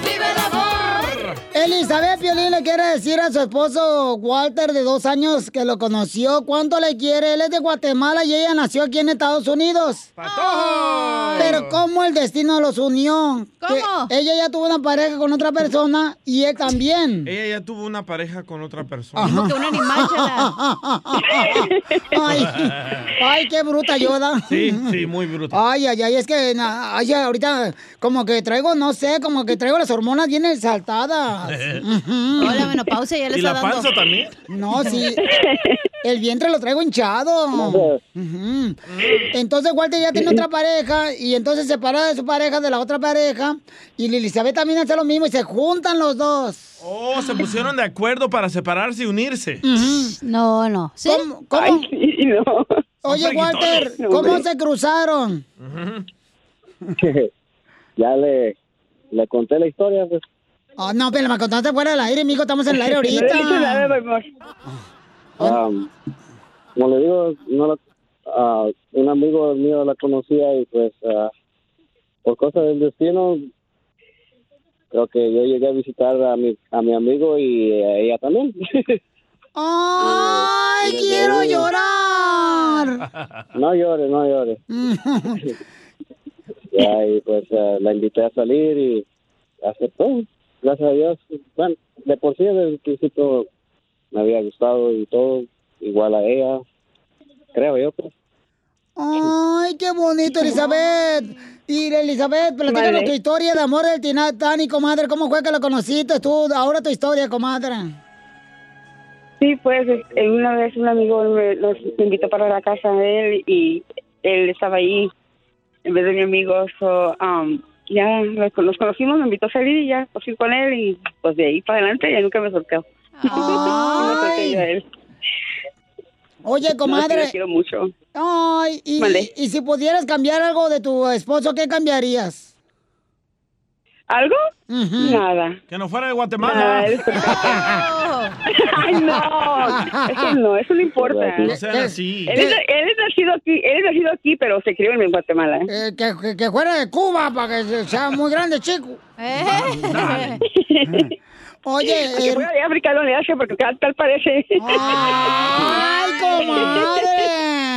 Speaker 1: ¡Viva el amor!
Speaker 2: Elizabeth Piolín le quiere decir a su esposo Walter de dos años que lo conoció cuánto le quiere. Él es de Guatemala y ella nació aquí en Estados Unidos. Pero cómo el destino los unió. Que ella ya tuvo una pareja con otra persona y él también.
Speaker 3: Ella ya tuvo una pareja con otra persona.
Speaker 2: Dijo que un animal, ay, ay, qué bruta Yoda.
Speaker 3: Sí, sí, muy bruto.
Speaker 2: Ay, ay, ay, es que na- ay, ahorita como que traigo, no sé, como que traigo las hormonas bien exaltadas.
Speaker 10: O la Mm. menopausia ya le
Speaker 3: ¿Y
Speaker 10: está
Speaker 3: la
Speaker 10: dando.
Speaker 3: panza también?
Speaker 2: No, sí. El vientre lo traigo
Speaker 3: pues.
Speaker 2: hinchado. Ujú. Entonces Walter ya tiene otra pareja y entonces se paró de su pareja de la otra pareja y Elizabeth también hace lo mismo y se juntan los dos.
Speaker 3: Oh, se pusieron de acuerdo para separarse y unirse.
Speaker 10: No, no.
Speaker 2: ¿Cómo? cómo? Oye
Speaker 3: Son
Speaker 2: Walter,
Speaker 3: freguitones.
Speaker 2: ¿cómo
Speaker 19: Hombre.
Speaker 2: se cruzaron?
Speaker 19: ya le, le conté la historia, pues.
Speaker 2: Oh, no, pero me contaste fuera del aire, mijo, estamos en el aire
Speaker 19: No he
Speaker 2: ahorita.
Speaker 19: dicho nada, Am, Ah, como le digo, no la- ah, un amigo mío la conocía y pues ah, por cosas del destino creo que yo llegué a visitar a mi, a mi amigo y a ella también.
Speaker 2: ¡Ay, quiero llorar!
Speaker 19: no llores, no llores. Ya, y pues ah, la invité a salir y aceptó. Gracias a Dios. Bueno, de por sí desde el principio me había gustado y todo, igual a ella, creo yo. Pues.
Speaker 2: ¡Ay, qué bonito, Elizabeth! Y Elizabeth, platícanos
Speaker 19: Vale.
Speaker 2: tu historia de amor del Tinatani, comadre. ¿Cómo fue que lo conociste tú? Ahora tu historia, comadre.
Speaker 19: Sí,
Speaker 15: pues este, una vez un amigo me- nos invitó para la casa de él y él estaba ahí en vez de mi amigo. So, um, ya nos nos conocimos, me invitó a salir y ya pues, fui con él y pues de ahí para adelante ya nunca me solteo.
Speaker 2: Ay. Oye,
Speaker 15: No,
Speaker 2: comadre.
Speaker 15: sí, lo quiero mucho.
Speaker 2: Ay, y,
Speaker 15: Mande.
Speaker 2: y si pudieras cambiar algo de tu esposo, ¿qué cambiarías?
Speaker 15: ¿Algo? Nada.
Speaker 3: Que no fuera de Guatemala.
Speaker 15: Ay, no, eso no, eso no importa.
Speaker 3: No sean
Speaker 2: Eh,
Speaker 3: así.
Speaker 15: Él es, él es nacido aquí, él es nacido aquí, pero se crió en Guatemala.
Speaker 2: Eh, que, que- que fuera de Cuba para que se- sea muy grande, chico. Oye,
Speaker 15: que
Speaker 2: eh,
Speaker 15: fuera de África no le hace porque tal, tal parece.
Speaker 2: ¡Ay, comadre!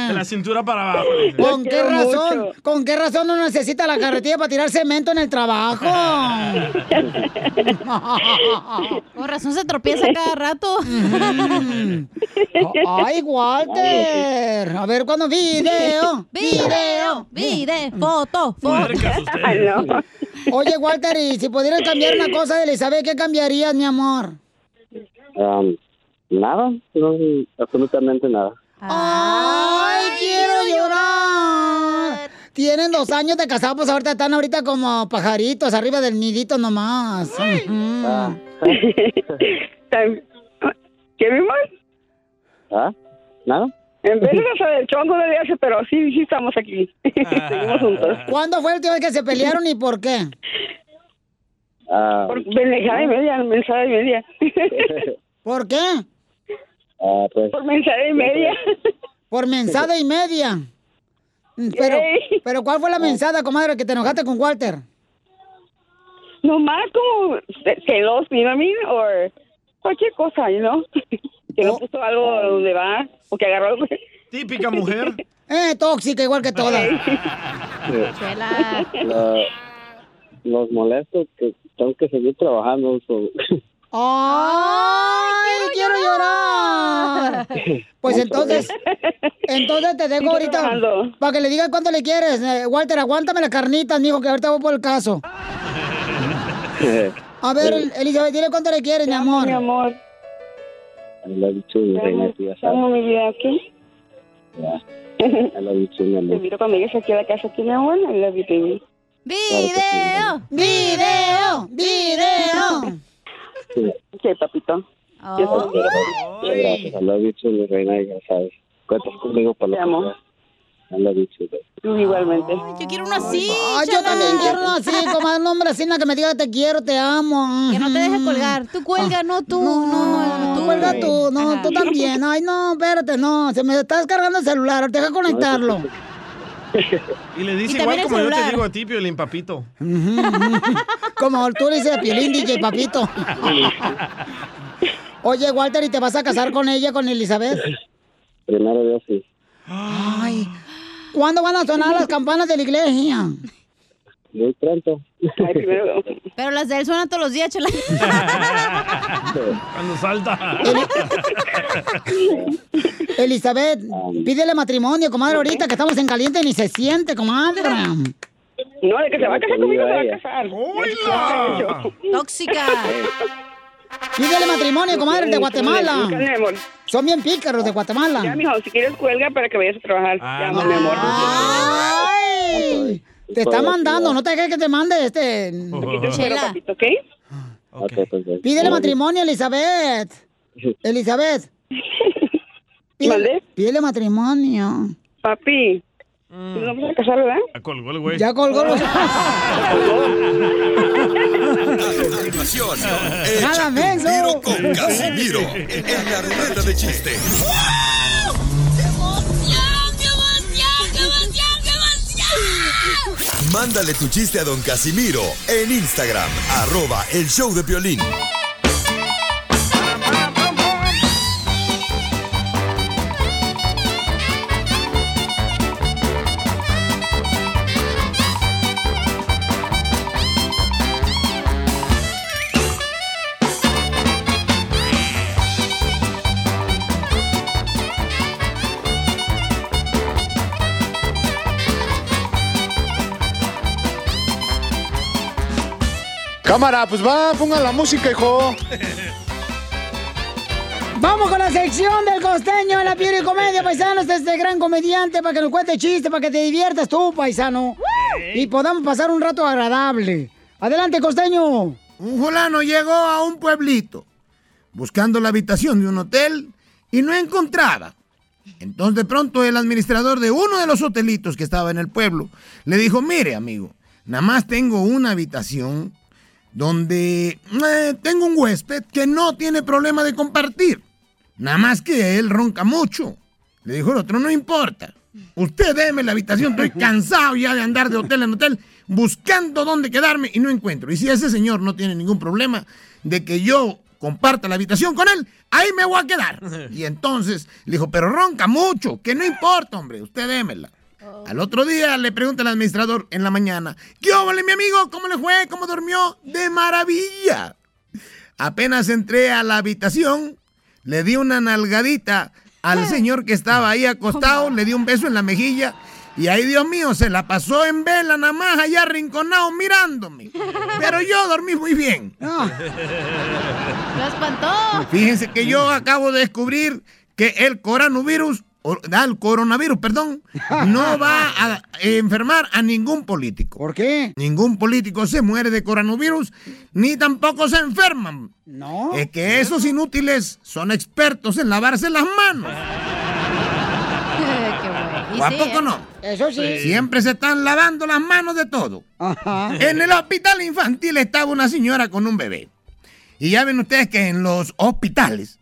Speaker 3: De la cintura para abajo. dice.
Speaker 2: ¿Con qué razón? ¿Con qué razón no necesita la carretilla para tirar cemento en el trabajo?
Speaker 10: Con razón se tropieza cada rato.
Speaker 2: Mm. Ay, Walter. A ver, ¿cuándo video?
Speaker 10: Video, video, foto, foto.
Speaker 2: Oye, Walter, y si pudieras cambiar una cosa de Elizabeth, ¿qué cambiarías, mi amor?
Speaker 19: Am, nada, no, absolutamente nada.
Speaker 2: Ay, quiero llorar. Tienen dos años de casados, pues ahorita están ahorita como pajaritos arriba del nidito nomás. Ujú.
Speaker 15: ¿Qué vimos?
Speaker 19: ¿Ah? ¿Nada?
Speaker 15: En vez de hacer el chongo de hace, pero sí, sí estamos aquí. Seguimos juntos.
Speaker 2: ¿Cuándo fue el última vez que se pelearon y por qué?
Speaker 19: Ah,
Speaker 15: Por mensada y media, mensada y media.
Speaker 2: ¿Por qué?
Speaker 19: ah, pues,
Speaker 15: Por mensada y media.
Speaker 2: Por mensada y media. Mm, Pero, pero ¿cuál fue la mensada, comadre, que te enojaste con Walter?
Speaker 15: Nomás como celos, you know what I mean? O cualquier cosa, you know? Que no puso algo donde va, o que agarró algo.
Speaker 3: Oh. Típica mujer.
Speaker 2: Eh, tóxica, igual que todas.
Speaker 19: la- los molesto que tengo que seguir trabajando. so-
Speaker 2: ¡Ay, quiero llorar! Pues entonces, entonces te dejo
Speaker 15: Sigo
Speaker 2: ahorita
Speaker 15: trabajando.
Speaker 2: para que le digas cuánto le quieres. Eh, Walter, aguántame la carnita, mijo, que ahorita voy por el caso. A ver, El- Elizabeth, dile cuánto le quieres, mi amor. Mi
Speaker 15: amor.
Speaker 19: I love you too, mi reina, tú ya
Speaker 15: Te amo,
Speaker 19: sabes.
Speaker 15: mi vida, ¿ok?
Speaker 19: Yeah. I love you too, mi
Speaker 15: Te
Speaker 19: amor.
Speaker 15: miro cuando llegues aquí a la casa, ¿tiene amor? I love you, baby.
Speaker 10: Video,
Speaker 2: video, video.
Speaker 15: Ok, papito.
Speaker 19: Ok, gracias. I love you too, mi reina, ya sabes. Cuentas conmigo para lo
Speaker 15: Te
Speaker 19: que
Speaker 15: amo.
Speaker 19: sea. I love you too, baby.
Speaker 15: Igualmente.
Speaker 10: Yo quiero uno así.
Speaker 2: Ay, yo también quiero una así, comadre, un hombre así, en la que me diga te quiero, te amo. Que no te dejes colgar. Tú cuelga, no tú. No, no, no. Tú cuelga tú, no, tú también. Ay, no, espérate, no. Se me está descargando el celular, deja conectarlo.
Speaker 3: Y le dice
Speaker 2: Y
Speaker 3: igual
Speaker 2: también el
Speaker 3: como yo te
Speaker 2: celular.
Speaker 3: digo a ti, Piolín Papito.
Speaker 2: Como tú le dices a Piolín, DJ Papito. Oye, Walter, ¿y te vas a casar con ella, con Elizabeth?
Speaker 19: Primero Dios, sí.
Speaker 2: Ay. ¿Cuándo van a sonar las campanas de la iglesia?
Speaker 19: Muy pronto.
Speaker 10: Pero las de él suenan todos los días, chela.
Speaker 3: Cuando salta.
Speaker 1: este
Speaker 2: Elizabeth, pídele matrimonio, comadre, ahorita que estamos en caliente ni se siente, comadre.
Speaker 15: No, de que se va a casar conmigo, se va a casar.
Speaker 3: ¡Hola!
Speaker 10: Tóxica.
Speaker 2: Pídele matrimonio, comadre, de Guatemala.
Speaker 15: Nunca, mi amor.
Speaker 2: Son bien pícaros de Guatemala.
Speaker 15: Ya, mijo, si quieres cuelga para que vayas a trabajar.
Speaker 3: Ah,
Speaker 15: ya, mi amor.
Speaker 10: Ah.
Speaker 2: ¡Ay! Te está mandando, no te dejes que te mande este. Chela.
Speaker 19: Ok, pues, perfecto.
Speaker 2: Pídele matrimonio, Elizabeth. Elizabeth. Pídele, pídele matrimonio.
Speaker 15: Papi. Nos vamos a casar, ¿verdad?
Speaker 3: Ya colgó el güey.
Speaker 2: Ya colgó los.
Speaker 6: Continuación,
Speaker 2: Nada menso.
Speaker 6: con Casimiro en la ruleta de chistes. Mándale tu chiste a don Casimiro en Instagram, arroba el show de Piolín.
Speaker 18: Cámara, pues va, pongan la música, hijo.
Speaker 2: Vamos con la sección del costeño en la piel y comedia, paisanos, de este gran comediante, para que nos cuente chistes, para que te diviertas tú, paisano. Y podamos pasar un rato agradable. Adelante, costeño.
Speaker 5: Un fulano llegó a un pueblito buscando la habitación de un hotel y no encontraba. Entonces de pronto el administrador de uno de los hotelitos que estaba en el pueblo le dijo, mire amigo, nada más tengo una habitación donde eh, tengo un huésped que no tiene problema de compartir. Nada más que él ronca mucho. Le dijo el otro, no importa. Usted déme la habitación, estoy cansado ya de andar de hotel en hotel buscando dónde quedarme y no encuentro. Y si ese señor no tiene ningún problema de que yo comparta la habitación con él, ahí me voy a quedar. Y entonces le dijo, pero ronca mucho, que no importa, hombre, usted démela. Al otro día le pregunta el administrador en la mañana, ¿qué óvole, mi amigo? ¿Cómo le fue? ¿Cómo durmió? De maravilla. Apenas entré a la habitación, le di una nalgadita al señor que estaba ahí acostado, le di un beso en la mejilla y ahí, Dios mío, se la pasó en vela nada más allá arrinconado mirándome. Pero yo dormí muy bien.
Speaker 10: ¡Lo espantó!
Speaker 5: Fíjense que yo acabo de descubrir que el coronavirus, o- ah, el coronavirus, perdón, no va a enfermar a ningún político.
Speaker 2: ¿Por qué?
Speaker 5: Ningún político se muere de coronavirus, ni tampoco se enferman.
Speaker 2: No.
Speaker 5: Es que esos inútiles son expertos en lavarse las manos. ¿O a poco no?
Speaker 2: eh. Eso sí.
Speaker 5: Siempre se están lavando las manos de todo. En el hospital infantil estaba una señora con un bebé. Y ya ven ustedes que en los hospitales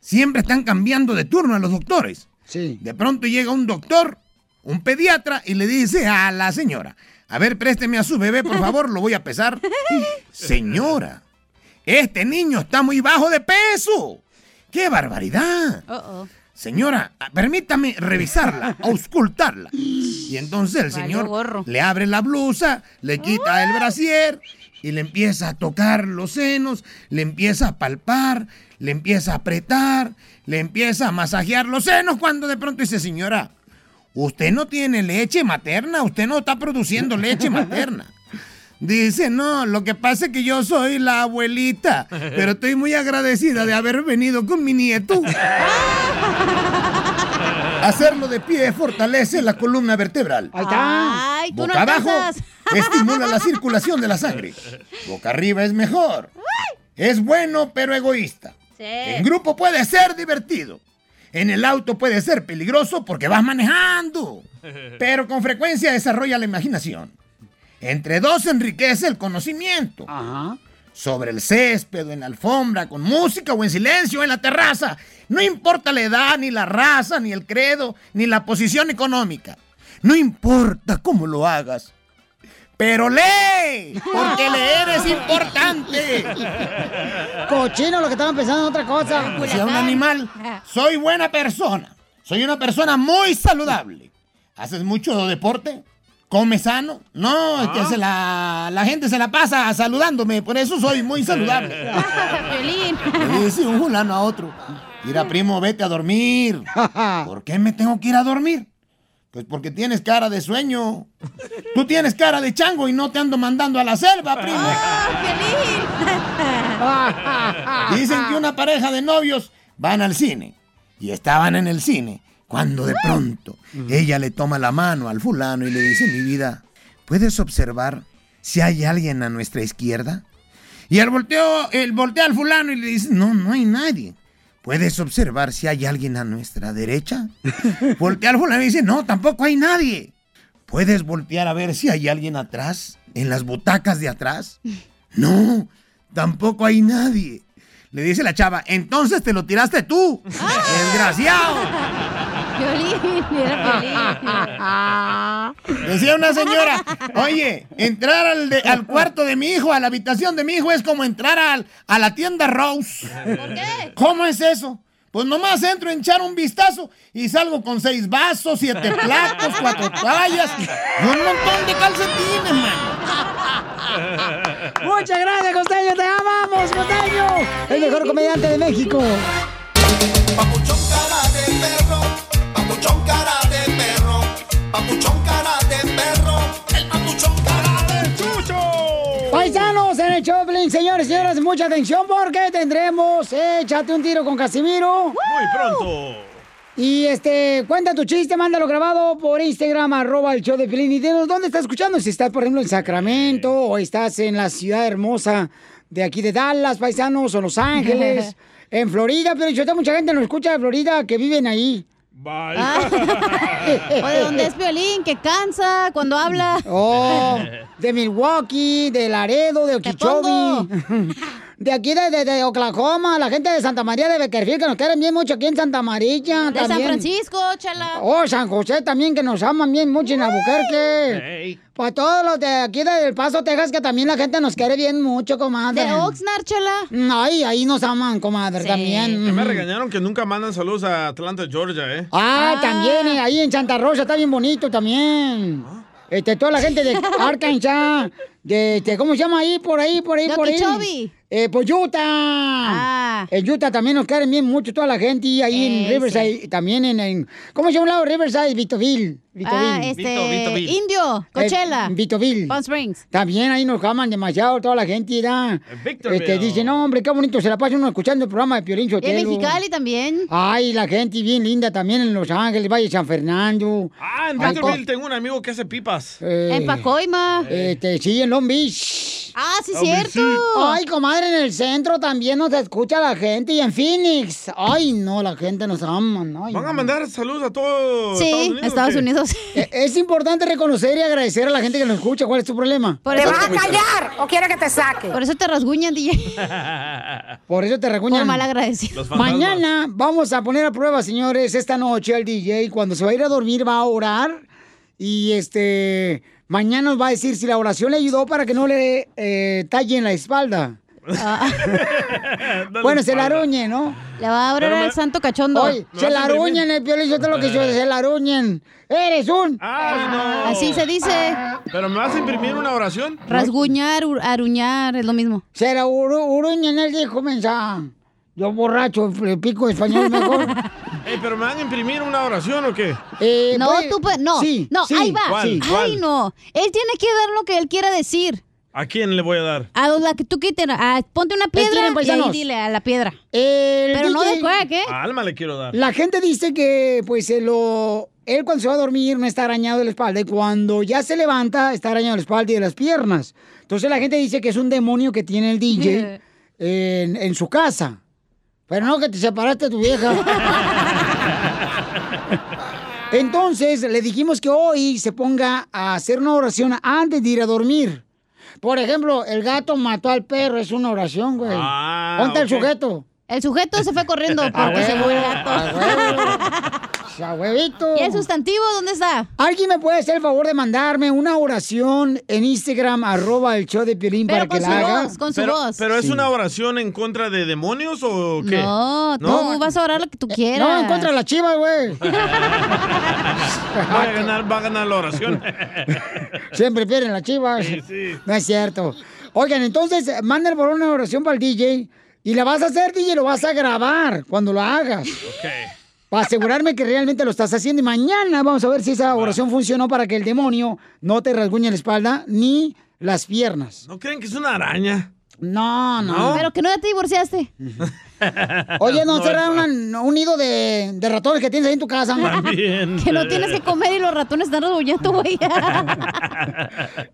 Speaker 5: siempre están cambiando de turno a los doctores. De pronto llega un doctor, un pediatra, y le dice a la señora, a ver, présteme a su bebé, por favor, lo voy a pesar. señora, este niño está muy bajo de peso. ¡Qué barbaridad!
Speaker 10: Uh-oh.
Speaker 5: Señora, permítame revisarla, auscultarla. Y entonces el
Speaker 10: Valió
Speaker 5: señor
Speaker 10: gorro.
Speaker 5: le abre la blusa, le quita el brasier y le empieza a tocar los senos, le empieza a palpar, le empieza a apretar, le empieza a masajear los senos cuando de pronto dice, señora, usted no tiene leche materna, usted no está produciendo leche materna. Dice, no, lo que pasa es que yo soy la abuelita, pero estoy muy agradecida de haber venido con mi nieto. Hacerlo de pie fortalece la columna vertebral.
Speaker 2: Ahí está.
Speaker 10: Ay, tú
Speaker 5: Boca
Speaker 10: no
Speaker 5: abajo
Speaker 10: alcanzas.
Speaker 5: estimula la circulación de la sangre. Boca arriba es mejor. Es bueno pero egoísta. En grupo puede ser divertido. En el auto puede ser peligroso porque vas manejando. Pero con frecuencia desarrolla la imaginación. Entre dos enriquece el conocimiento. Sobre el césped, o en la alfombra, con música o en silencio, en la terraza. No importa la edad, ni la raza, ni el credo, ni la posición económica. No importa cómo lo hagas. Pero lee, porque leer es importante.
Speaker 2: Cochino, lo que estaban pensando en otra cosa.
Speaker 5: Decía un animal, soy buena persona. Soy una persona muy saludable. ¿Haces mucho deporte? ¿Comes sano? No, es que se la, la gente se la pasa saludándome, por eso soy muy saludable. Le dice un fulano a otro, mira primo, vete a dormir. ¿Por qué me tengo que ir a dormir? Pues porque tienes cara de sueño. Tú tienes cara de chango y no te ando mandando a la selva, primo. Dicen que una pareja de novios van al cine. Y estaban en el cine cuando de pronto ella le toma la mano al fulano y le dice, mi vida, ¿puedes observar si hay alguien a nuestra izquierda? Y él volteó, él voltea al fulano y le dice, no, no hay nadie. ¿Puedes observar si hay alguien a nuestra derecha? Voltea al fulano y dice, no, tampoco hay nadie. ¿Puedes voltear a ver si hay alguien atrás? ¿En las butacas de atrás? No, tampoco hay nadie. Le dice la chava, entonces te lo tiraste tú. Desgraciado. Decía una señora, oye, entrar al, de- al cuarto de mi hijo, a la habitación de mi hijo, es como entrar al- a la tienda Rose. ¿Por qué? ¿Cómo es eso? Pues nomás entro a echar un vistazo y salgo con seis vasos, siete platos, cuatro toallas y un montón de calcetines, mano.
Speaker 2: Muchas gracias, Costeño. Te amamos, Costeño. El mejor comediante de México.
Speaker 1: Papuchón cara de perro, papuchón cara de perro, el papuchón cara de chucho.
Speaker 2: Paisanos en el Choplin, señores y señoras, mucha atención porque tendremos Échate un tiro con Casimiro.
Speaker 3: Muy pronto.
Speaker 2: Y este, cuenta tu chiste, mándalo grabado por Instagram, arroba el show de Pilín. Y dinos dónde estás escuchando, si estás, por ejemplo, en Sacramento, o estás en la ciudad hermosa de aquí de Dallas, paisanos, o Los Ángeles, en Florida, pero yo mucha gente nos escucha de Florida que viven ahí.
Speaker 10: Ah. o de dónde es Piolín, que cansa cuando habla.
Speaker 2: Oh, de Milwaukee, de Laredo, de Okeechobee. De aquí, de, de- de Oklahoma, la gente de Santa María de Beckerfield, que nos quieren bien mucho aquí en Santa María.
Speaker 10: De San Francisco, chala.
Speaker 2: Oh, San José también, que nos aman bien mucho en Albuquerque.
Speaker 10: Ey.
Speaker 2: Para todos los de aquí de El Paso, Texas, que también la gente nos quiere bien mucho, comadre.
Speaker 10: De Oxnard,
Speaker 2: chela. Ay, ahí nos aman, comadre, también.
Speaker 3: Ya me
Speaker 2: Ujú.
Speaker 3: regañaron que nunca mandan saludos a Atlanta, Georgia, ¿eh?
Speaker 2: Ah, también, eh, ahí en Santa Rosa está bien bonito también.
Speaker 10: Ah.
Speaker 2: Este, toda la gente de Arkansas, de, este, ¿cómo se llama ahí? Por ahí, por ahí,
Speaker 10: De
Speaker 2: por ahí.
Speaker 10: Okeechobee. Ah.
Speaker 2: Eh, por Utah. En Utah también nos quieren bien mucho toda la gente. Y ahí en
Speaker 10: Eh,
Speaker 2: Riverside, también en, en- ¿Cómo se llama un lado? Riverside, Vitoville.
Speaker 10: Ah,
Speaker 2: Vitoville.
Speaker 10: este, Vito- Vitoville. Indio, Coachella.
Speaker 2: Eh, Vitoville. Palm
Speaker 10: Springs.
Speaker 2: También ahí nos aman demasiado toda la gente. ¿verdad?
Speaker 10: Victorville.
Speaker 2: Este, dice, no, hombre, qué bonito se la pasa uno escuchando el programa de Piolín
Speaker 10: Y en
Speaker 2: Sotelo".
Speaker 10: Mexicali también.
Speaker 2: Ay, la gente bien linda también en Los Ángeles, Valle San Fernando.
Speaker 3: Ah, en
Speaker 2: Ay,
Speaker 3: Victorville tengo un amigo que hace pipas.
Speaker 2: Eh, Este, sí, en Long Beach.
Speaker 10: Ah,
Speaker 3: sí, Long Beach, cierto. sí.
Speaker 2: Ay, comadre, en el centro también nos escucha la gente y en Phoenix. Ay, no, la gente nos ama, ¿no?
Speaker 3: Van a mandar saludos a todos.
Speaker 2: Estados Unidos. Eh, Es importante reconocer y agradecer a la gente que nos escucha. ¿Cuál es tu problema?
Speaker 10: Por eso- ¿Te vas a
Speaker 2: callar o quiere que te saque?
Speaker 10: Por eso te rasguñan, DJ.
Speaker 2: Por eso te recuñan.
Speaker 10: Por mal agradecido. Los fantasmas.
Speaker 2: Mañana vamos a poner a prueba, señores, esta noche al DJ. Cuando se va a ir a dormir va a orar. Y este, mañana nos va a decir si la oración le ayudó para que no le eh, tallen la espalda.
Speaker 10: Ah.
Speaker 2: bueno, se la aruñen, ¿no?
Speaker 10: Le va a orar Pero me- al santo cachondo.
Speaker 2: Oye,
Speaker 10: Me
Speaker 2: se
Speaker 10: vas
Speaker 2: la
Speaker 10: a imprimir.
Speaker 2: aruñen, el piolín, yo te lo que yo, se la aruñen. Eres un.
Speaker 10: Así se dice.
Speaker 3: Pero me vas a imprimir una oración.
Speaker 10: Rasguñar, ur- aruñar, es lo mismo.
Speaker 2: Será uruñen, él dijo, mensa. Yo borracho, le pico español mejor.
Speaker 3: Ey, pero me van a imprimir una oración o qué?
Speaker 2: Eh,
Speaker 10: no,
Speaker 2: pues,
Speaker 10: tú puedes. No,
Speaker 3: Sí,
Speaker 10: no,
Speaker 3: sí.
Speaker 10: ahí va.
Speaker 3: ¿Cuál,
Speaker 10: Ay,
Speaker 3: cuál?
Speaker 10: no. Él tiene que dar lo que él quiera decir.
Speaker 3: ¿A quién le voy a dar?
Speaker 10: A lo- la que tú quieras. Ah, ponte una piedra
Speaker 2: tienen,
Speaker 10: y
Speaker 2: paisanos?
Speaker 10: ahí dile a la piedra. Pero no
Speaker 2: DJ.
Speaker 10: de cuac, ¿eh?
Speaker 3: A Alma le quiero dar.
Speaker 2: La gente dice que, pues, se lo... Él cuando se va a dormir no está arañado de la espalda y cuando ya se levanta está arañado de la espalda y de las piernas. Entonces la gente dice que es un demonio que tiene el DJ en, en su casa. Pero no que te separaste de tu vieja. Entonces le dijimos que hoy se ponga a hacer una oración antes de ir a dormir. Por ejemplo, el gato mató al perro, es una oración, güey.
Speaker 10: Ah,
Speaker 2: ¿Dónde está
Speaker 10: ok.
Speaker 2: el sujeto? Ah,
Speaker 10: El sujeto se fue corriendo porque se fue el gato.
Speaker 2: ¿Y el
Speaker 10: sustantivo dónde está?
Speaker 2: ¿Alguien me puede hacer el favor de mandarme una oración en Instagram, arroba el show de Piolín para que la haga?
Speaker 3: pero, ¿Pero es
Speaker 2: Sí.
Speaker 3: una oración en contra de demonios o qué?
Speaker 10: No, tú vas a orar lo que tú quieras.
Speaker 2: Eh, No, en contra de la chiva, güey.
Speaker 3: Va a ganar, va a ganar la oración.
Speaker 2: Siempre pierden las chivas.
Speaker 3: Sí, sí.
Speaker 2: No es cierto. Oigan, entonces, manden por una oración para el DJ. Y la vas a hacer, DJ, lo vas a grabar cuando lo hagas.
Speaker 3: Ok.
Speaker 2: para asegurarme que realmente lo estás haciendo. Y mañana vamos a ver si esa
Speaker 3: Ah.
Speaker 2: oración funcionó para que el demonio no te rasguñe la espalda ni las piernas.
Speaker 3: ¿No creen que es una araña?
Speaker 2: No, no.
Speaker 10: Pero que no ya te divorciaste.
Speaker 2: Oye, no,
Speaker 10: No,
Speaker 2: será una- un nido de, de ratones que tienes ahí en tu casa.
Speaker 3: También.
Speaker 10: Que no tienes que comer y los ratones están rasguñando, güey.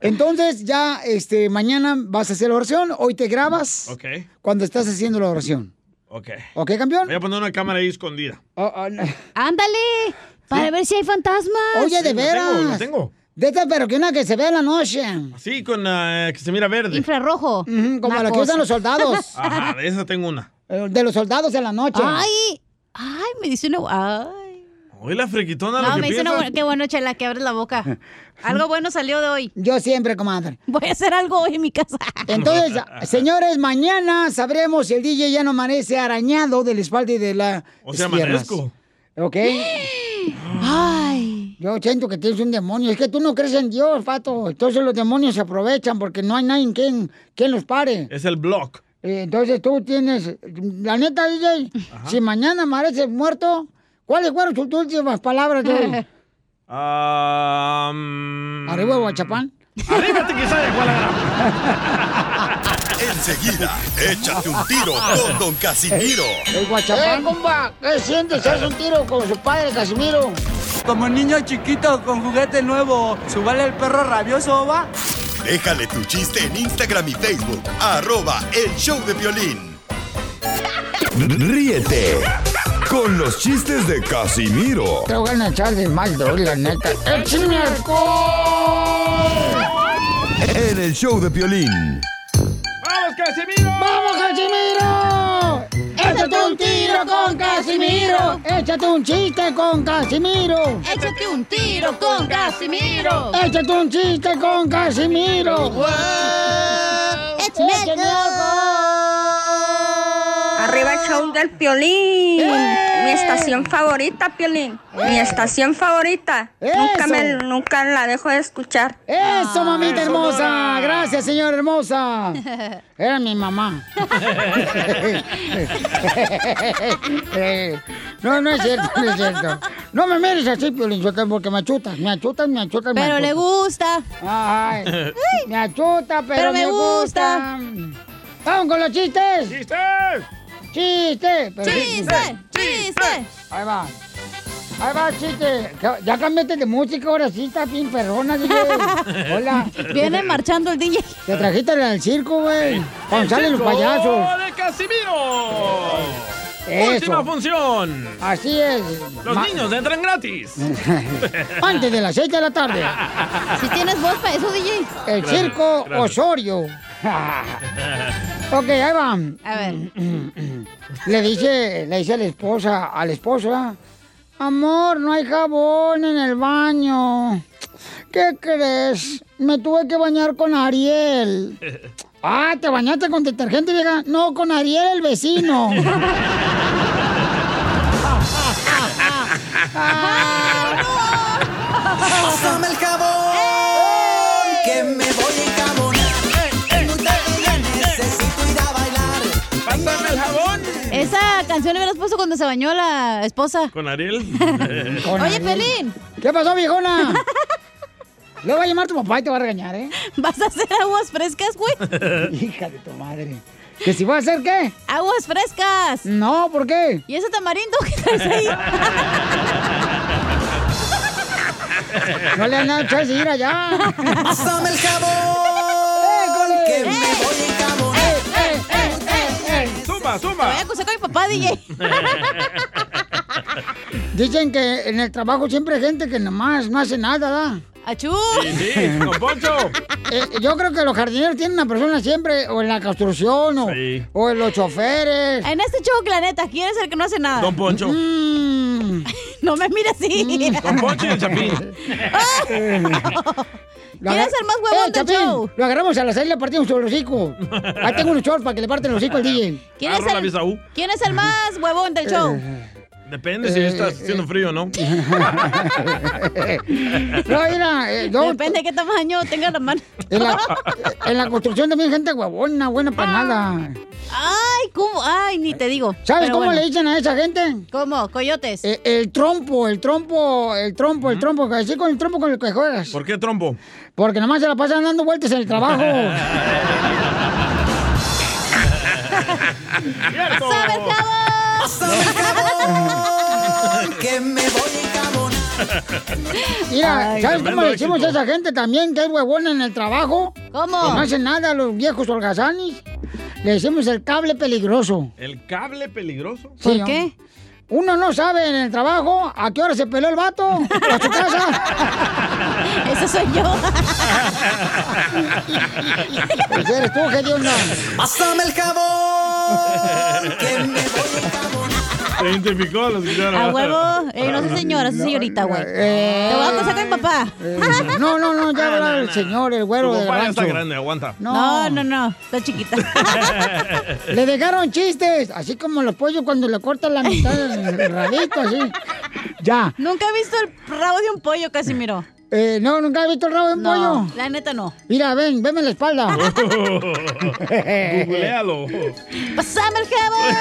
Speaker 2: Entonces ya este mañana vas a hacer la oración, hoy te grabas
Speaker 3: Ok,
Speaker 2: cuando estás haciendo la oración.
Speaker 3: ok.
Speaker 2: ¿Ok, campeón?
Speaker 3: Voy a poner una cámara ahí escondida.
Speaker 2: Oh,
Speaker 10: Ándale, para ver si hay fantasmas.
Speaker 2: Oye, de
Speaker 3: Sí, lo tengo,
Speaker 2: veras.
Speaker 3: lo tengo.
Speaker 2: De estas, pero que una que se ve en la noche.
Speaker 3: Sí, con la que se mira verde.
Speaker 10: Infrarrojo.
Speaker 2: como la que
Speaker 3: Nacos.
Speaker 2: usan los soldados.
Speaker 3: Ajá, de esa tengo una.
Speaker 2: Eh, De los soldados en la noche.
Speaker 10: Ay, ay, me dice una. Ay.
Speaker 3: Hoy la friquitona
Speaker 10: No,
Speaker 3: lo
Speaker 10: me
Speaker 3: que
Speaker 10: dice una.
Speaker 3: piensa.
Speaker 10: buena- Qué bueno, Chela, que abres la boca. Algo bueno salió de hoy.
Speaker 2: Yo siempre, comadre.
Speaker 10: Voy a hacer algo hoy en mi casa.
Speaker 2: Entonces, señores, mañana sabremos si el DJ ya no amanece arañado de la espalda y de la.
Speaker 3: O sea,
Speaker 2: piernas.
Speaker 3: amanezco.
Speaker 2: ¿Ok? Ay. Yo siento que tienes un demonio. Es que tú no crees en Dios, pato. Entonces los demonios se aprovechan porque no hay nadie quien, quien los pare.
Speaker 3: Es el block.
Speaker 2: Eh, Entonces tú tienes. La neta, DJ, si mañana amaneces muerto, ¿cuáles fueron tus últimas palabras de hoy?
Speaker 3: Ah, mm,
Speaker 2: Arriba, Guachapán.
Speaker 3: Arrímate que sale, ¿cuál
Speaker 6: Enseguida, échate un tiro con Don Casimiro.
Speaker 2: El Guachapán. Eh, compa! ¿Qué sientes? ¿Haz un tiro con su padre, Casimiro?
Speaker 26: Como niño chiquito con juguete nuevo, subale el perro rabioso, va.
Speaker 6: Déjale tu chiste en Instagram y Facebook. Arroba el show de violín. Ríete con los chistes de Casimiro
Speaker 2: Te voy a echar de mal, doy, la neta. ¡Échame
Speaker 6: en el show de violín.
Speaker 3: ¡Vamos, Casimiro!
Speaker 2: ¡Vamos, Casimiro!
Speaker 10: Este
Speaker 2: ¡Échate un tiro con Casimiro! ¡Échate un chiste con Casimiro!
Speaker 10: ¡Échate un tiro con Casimiro!
Speaker 2: ¡Échate un chiste con Casimiro! ¡Échame
Speaker 21: Arriba el show del Piolín. Mi estación favorita, Piolín. Mi estación favorita. Nunca, me,
Speaker 2: Eso.
Speaker 21: nunca la dejo de escuchar. Ah,
Speaker 2: ¡Eso, mamita
Speaker 21: Eso,
Speaker 2: hermosa!
Speaker 21: Dora.
Speaker 2: Gracias, señora hermosa. Era mi mamá. Eh, no, no es cierto, no es cierto. No me mires así, Piolín, Sotelo, porque me achutas, me achutas, me achutas, me
Speaker 10: Pero le gusta.
Speaker 2: Ay, me achuta, pero,
Speaker 10: Pero me gusta.
Speaker 2: ¡Vamos con los chistes! ¡Chistes! ¡Chiste! pero-
Speaker 1: ¡Chiste!
Speaker 2: ¡Chiste! Ahí va. Ahí va, chiste. Ya cambiaste de música, ahora sí estás bien perrona, DJ. Hola.
Speaker 10: Viene marchando el DJ.
Speaker 2: Te trajiste al circo, güey. Cuando salen los
Speaker 3: circo
Speaker 2: payasos.
Speaker 3: de Casimiro!
Speaker 2: Eso.
Speaker 3: Última función.
Speaker 2: Así es.
Speaker 3: Los
Speaker 2: Ma-
Speaker 3: niños entran gratis.
Speaker 2: Antes de las 6 de la tarde.
Speaker 10: Si tienes voz para eso, DJ.
Speaker 2: El circo Osorio. ok, ahí va.
Speaker 10: A ver.
Speaker 2: Le dice, le dice a la esposa, a la esposa, amor, no hay jabón en el baño. ¿Qué crees? Me tuve que bañar con Ariel. Ah, ¿te bañaste con detergente, vieja? No, con Ariel el vecino.
Speaker 1: Pásame el
Speaker 3: ¡Eh!
Speaker 1: jabón, que me voy a encabonar. Tengo un tatuaje, necesito ir a bailar.
Speaker 3: Pásame el jabón.
Speaker 10: Esa canción le hubieras puesto cuando se bañó la esposa.
Speaker 3: ¿Con Ariel?
Speaker 10: Oye, Pelín.
Speaker 2: ¿Qué pasó, viejona? Luego va a llamar tu papá y te va a regañar, ¿eh?
Speaker 10: ¿Vas a hacer aguas frescas, güey?
Speaker 2: Hija de tu madre. ¿Que si va a hacer qué?
Speaker 10: ¡Aguas frescas!
Speaker 2: No, ¿por qué?
Speaker 10: ¿Y ese tamarindo que traes ahí?
Speaker 2: No le han dado chance de ir allá.
Speaker 1: Pásame el
Speaker 3: ¡Eh,
Speaker 1: jabón, que me voy a
Speaker 3: ¡Suma,
Speaker 1: encabonar.
Speaker 10: Te voy a acusar con mi papá, DJ.
Speaker 2: Dicen que en el trabajo siempre hay gente que nomás no hace nada, ¿da?
Speaker 10: ¡Achú!
Speaker 3: Sí, ¡Eh! sí, don Poncho.
Speaker 2: yo creo que los jardineros tienen una persona siempre, o en la construcción, o, o en los choferes.
Speaker 10: En este show, que la neta, ¿quién es el que no hace nada?
Speaker 2: Don Poncho. Mm.
Speaker 10: no me mires así.
Speaker 2: Don Poncho y el
Speaker 3: Chapín.
Speaker 10: ¿Quién es el más huevón del show?
Speaker 2: Eh, Lo agarramos a la salida y le partimos sobre el hocico. Ahí tengo unos shorts para que le parten el hocico al DJ.
Speaker 10: ¿Quién es,
Speaker 3: Arroba
Speaker 10: el,
Speaker 3: Bisaú.
Speaker 10: ¿Quién es el más huevón del show?
Speaker 3: Depende si
Speaker 2: Eh,
Speaker 3: está haciendo frío o no.
Speaker 2: No, mira, eh, yo-
Speaker 10: Depende de qué tamaño tenga la mano.
Speaker 2: En la, en la construcción también hay gente huevona, buena para nada.
Speaker 10: Ay, Ah. Ay, ¿cómo? Ay, ni te digo.
Speaker 2: ¿Sabes
Speaker 10: Pero
Speaker 2: cómo
Speaker 10: bueno.
Speaker 2: le dicen a esa gente? Eh,
Speaker 10: ¿Cómo? ¿Coyotes?
Speaker 2: El, trompo, el trompo, el trompo, el trompo. Así con el trompo con el que juegas.
Speaker 3: ¿Por qué trompo?
Speaker 2: Porque nomás se la pasan dando vueltas en el trabajo.
Speaker 1: ¡Sabe, cabrón! ¡Sabe, cabrón! ¡Que me voy
Speaker 2: Mira,
Speaker 1: Ay,
Speaker 2: ¿sabes cómo
Speaker 1: tremendo
Speaker 2: le decimos
Speaker 1: éxito.
Speaker 2: a esa gente también que es huevona en el trabajo?
Speaker 10: ¿Cómo?
Speaker 2: Que no hacen nada los viejos holgazanes. Le decimos el cable peligroso.
Speaker 3: ¿El cable peligroso?
Speaker 2: Sí, ¿no? Uno no sabe en el trabajo a qué hora se peleó el vato a su casa.
Speaker 10: Eso soy yo.
Speaker 2: Pues eres tú, qué onda.
Speaker 1: ¡Pásame el jabón! ¡Que me
Speaker 3: Se identificó la señora.
Speaker 10: A huevo. Eh, no sé señora, soy señorita, güey. Te voy a casar con mi papá. Ah,
Speaker 2: no, no, no, ya habla el señor, el
Speaker 3: Ah, Tu
Speaker 2: güero del
Speaker 3: papá ya
Speaker 2: rancho.
Speaker 3: está grande, aguanta.
Speaker 2: No.
Speaker 10: No, no, no. Está chiquita.
Speaker 2: Le dejaron chistes, así como los pollos cuando le cortan la mitad del rabito, así. Ya.
Speaker 10: Nunca he visto el rabo de un pollo, Casimiro.
Speaker 2: Eh, no, nunca he visto el rabo de un
Speaker 10: No,
Speaker 2: pollo.
Speaker 10: la neta no.
Speaker 2: Mira, ven, veme la espalda.
Speaker 3: Googlealo.
Speaker 10: ¡Pásame el jabón!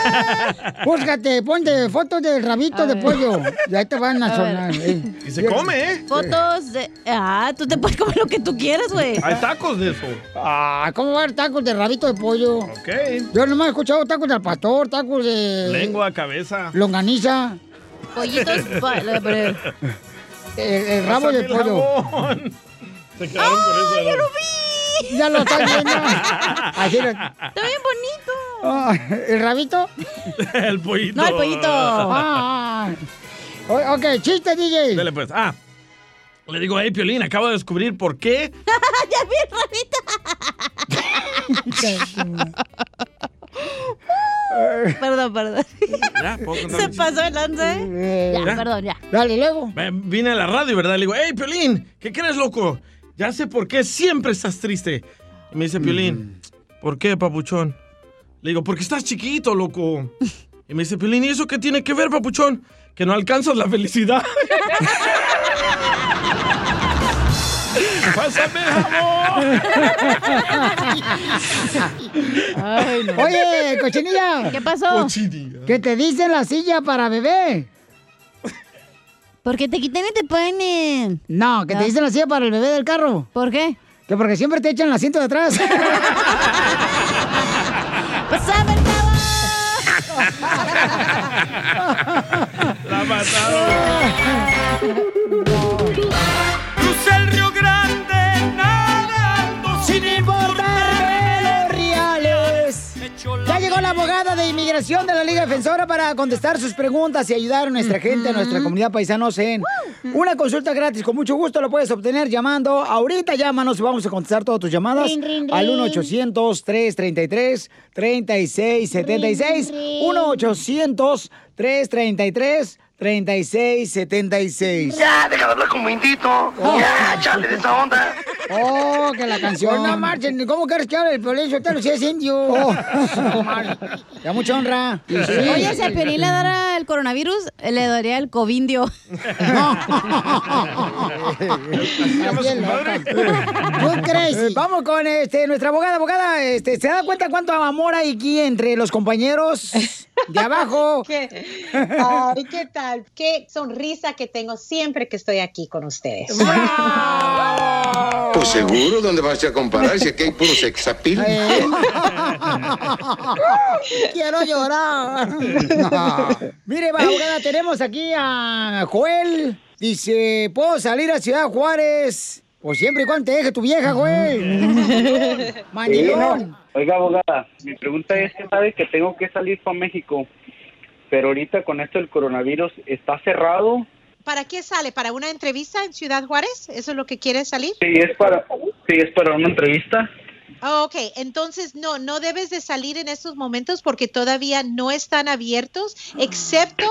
Speaker 2: Búscate, ponte fotos del rabito
Speaker 10: A
Speaker 2: de
Speaker 10: ver.
Speaker 2: pollo. Y ahí te van a,
Speaker 10: A
Speaker 2: sonar.
Speaker 10: ver.
Speaker 2: eh.
Speaker 3: Y se come, ¿eh?
Speaker 10: Fotos de. Ah, tú te puedes comer lo que tú quieras, güey.
Speaker 3: Hay tacos de eso.
Speaker 2: Ah, ¿cómo va a haber tacos de rabito de pollo?
Speaker 3: Ok.
Speaker 2: Yo nomás he escuchado tacos del pastor, tacos de...
Speaker 3: Lengua, cabeza.
Speaker 2: Longaniza.
Speaker 10: Pollitos. pa- la- pero-
Speaker 2: El, el eh, rabo de
Speaker 3: Pásame el
Speaker 2: pollo.
Speaker 3: jabón. Se quedaron por eso.
Speaker 10: ¡Ya lo vi!
Speaker 2: Ya lo estás viendo. Así lo-
Speaker 10: Está bien bonito.
Speaker 2: Ah, ¿El rabito?
Speaker 3: el pollito.
Speaker 2: No, el pollito. Ah. O- ok, chiste, DJ.
Speaker 3: Dale pues. Ah. Le digo, hey, Piolín, acabo de descubrir por qué.
Speaker 10: ¡Ya vi el rabito! Perdón, perdón.
Speaker 3: Ya, puedo contar
Speaker 10: Se
Speaker 3: mi chiste?
Speaker 10: pasó el lance. Ya,
Speaker 3: Ya.
Speaker 10: perdón, ya.
Speaker 2: Dale, luego.
Speaker 3: Me- Eh, Vine a la radio, ¿verdad? Le digo, hey, Piolín, ¿qué crees, loco? Ya sé por qué siempre estás triste. Y me dice Piolín, ¿por qué, papuchón? Le digo, porque estás chiquito, loco. Y me dice Piolín, ¿y eso qué tiene que ver, papuchón? Que no alcanzas la felicidad. ¡Pásame,
Speaker 1: Ay, no.
Speaker 2: Oye, cochinilla.
Speaker 10: ¿Qué pasó?
Speaker 2: Que te dicen la silla para bebé.
Speaker 10: Porque te quitan y te ponen.
Speaker 2: No, que te
Speaker 10: No.
Speaker 2: dicen la silla para el bebé del carro.
Speaker 10: ¿Por qué?
Speaker 2: Que porque siempre te echan el asiento de atrás.
Speaker 10: ¡Pásame el jabón!
Speaker 1: La mataron. Crucé el Río Grande nadando sin importarme
Speaker 2: los reales. Ya llegó la abogada de inmigración de la Liga Defensora para contestar sus preguntas y ayudar a nuestra gente, a nuestra comunidad paisanos en una consulta gratis. Con mucho gusto lo puedes obtener llamando. Ahorita llámanos y vamos a contestar todas tus llamadas
Speaker 10: Rin, rin, rin.
Speaker 2: al 1-800-333-3676. 1-800-333-3676. 3676
Speaker 1: Ya, deja de hablar como indito. Ya, chale de esa onda.
Speaker 2: Oh, que la canción. No marchen, ¿cómo quieres que hable el Piolín Sotelo si es indio? No marchen. ya mucha honra.
Speaker 10: Oye, si a Piolín le dara el coronavirus, le daría el covindio.
Speaker 2: Bien loca. Tú crees. Eh, Vamos con este, nuestra abogada, abogada, este, ¿se da cuenta cuánto amor hay aquí entre los compañeros de abajo?
Speaker 23: Ay, ¿qué tal? Qué sonrisa que tengo siempre que estoy aquí con ustedes.
Speaker 24: Pues seguro, ¿dónde vas a comparar? Si aquí hay puro sexapil.
Speaker 2: Quiero llorar. Mire, va, abogada, tenemos aquí a Joel. Dice, ¿puedo salir a Ciudad Juárez? Pues siempre y cuando te deje tu vieja, Joel.
Speaker 24: eh,
Speaker 2: Mandilón.
Speaker 17: Oiga, abogada, mi pregunta es que sabe que tengo que salir para México, pero ahorita con esto del coronavirus está cerrado.
Speaker 23: ¿Para qué sale? ¿Para una entrevista en Ciudad Juárez? ¿Eso es lo que quiere salir?
Speaker 17: Sí, es para, sí, es para una entrevista.
Speaker 23: Ah, ok, entonces no, no debes de salir en estos momentos porque todavía no están abiertos, excepto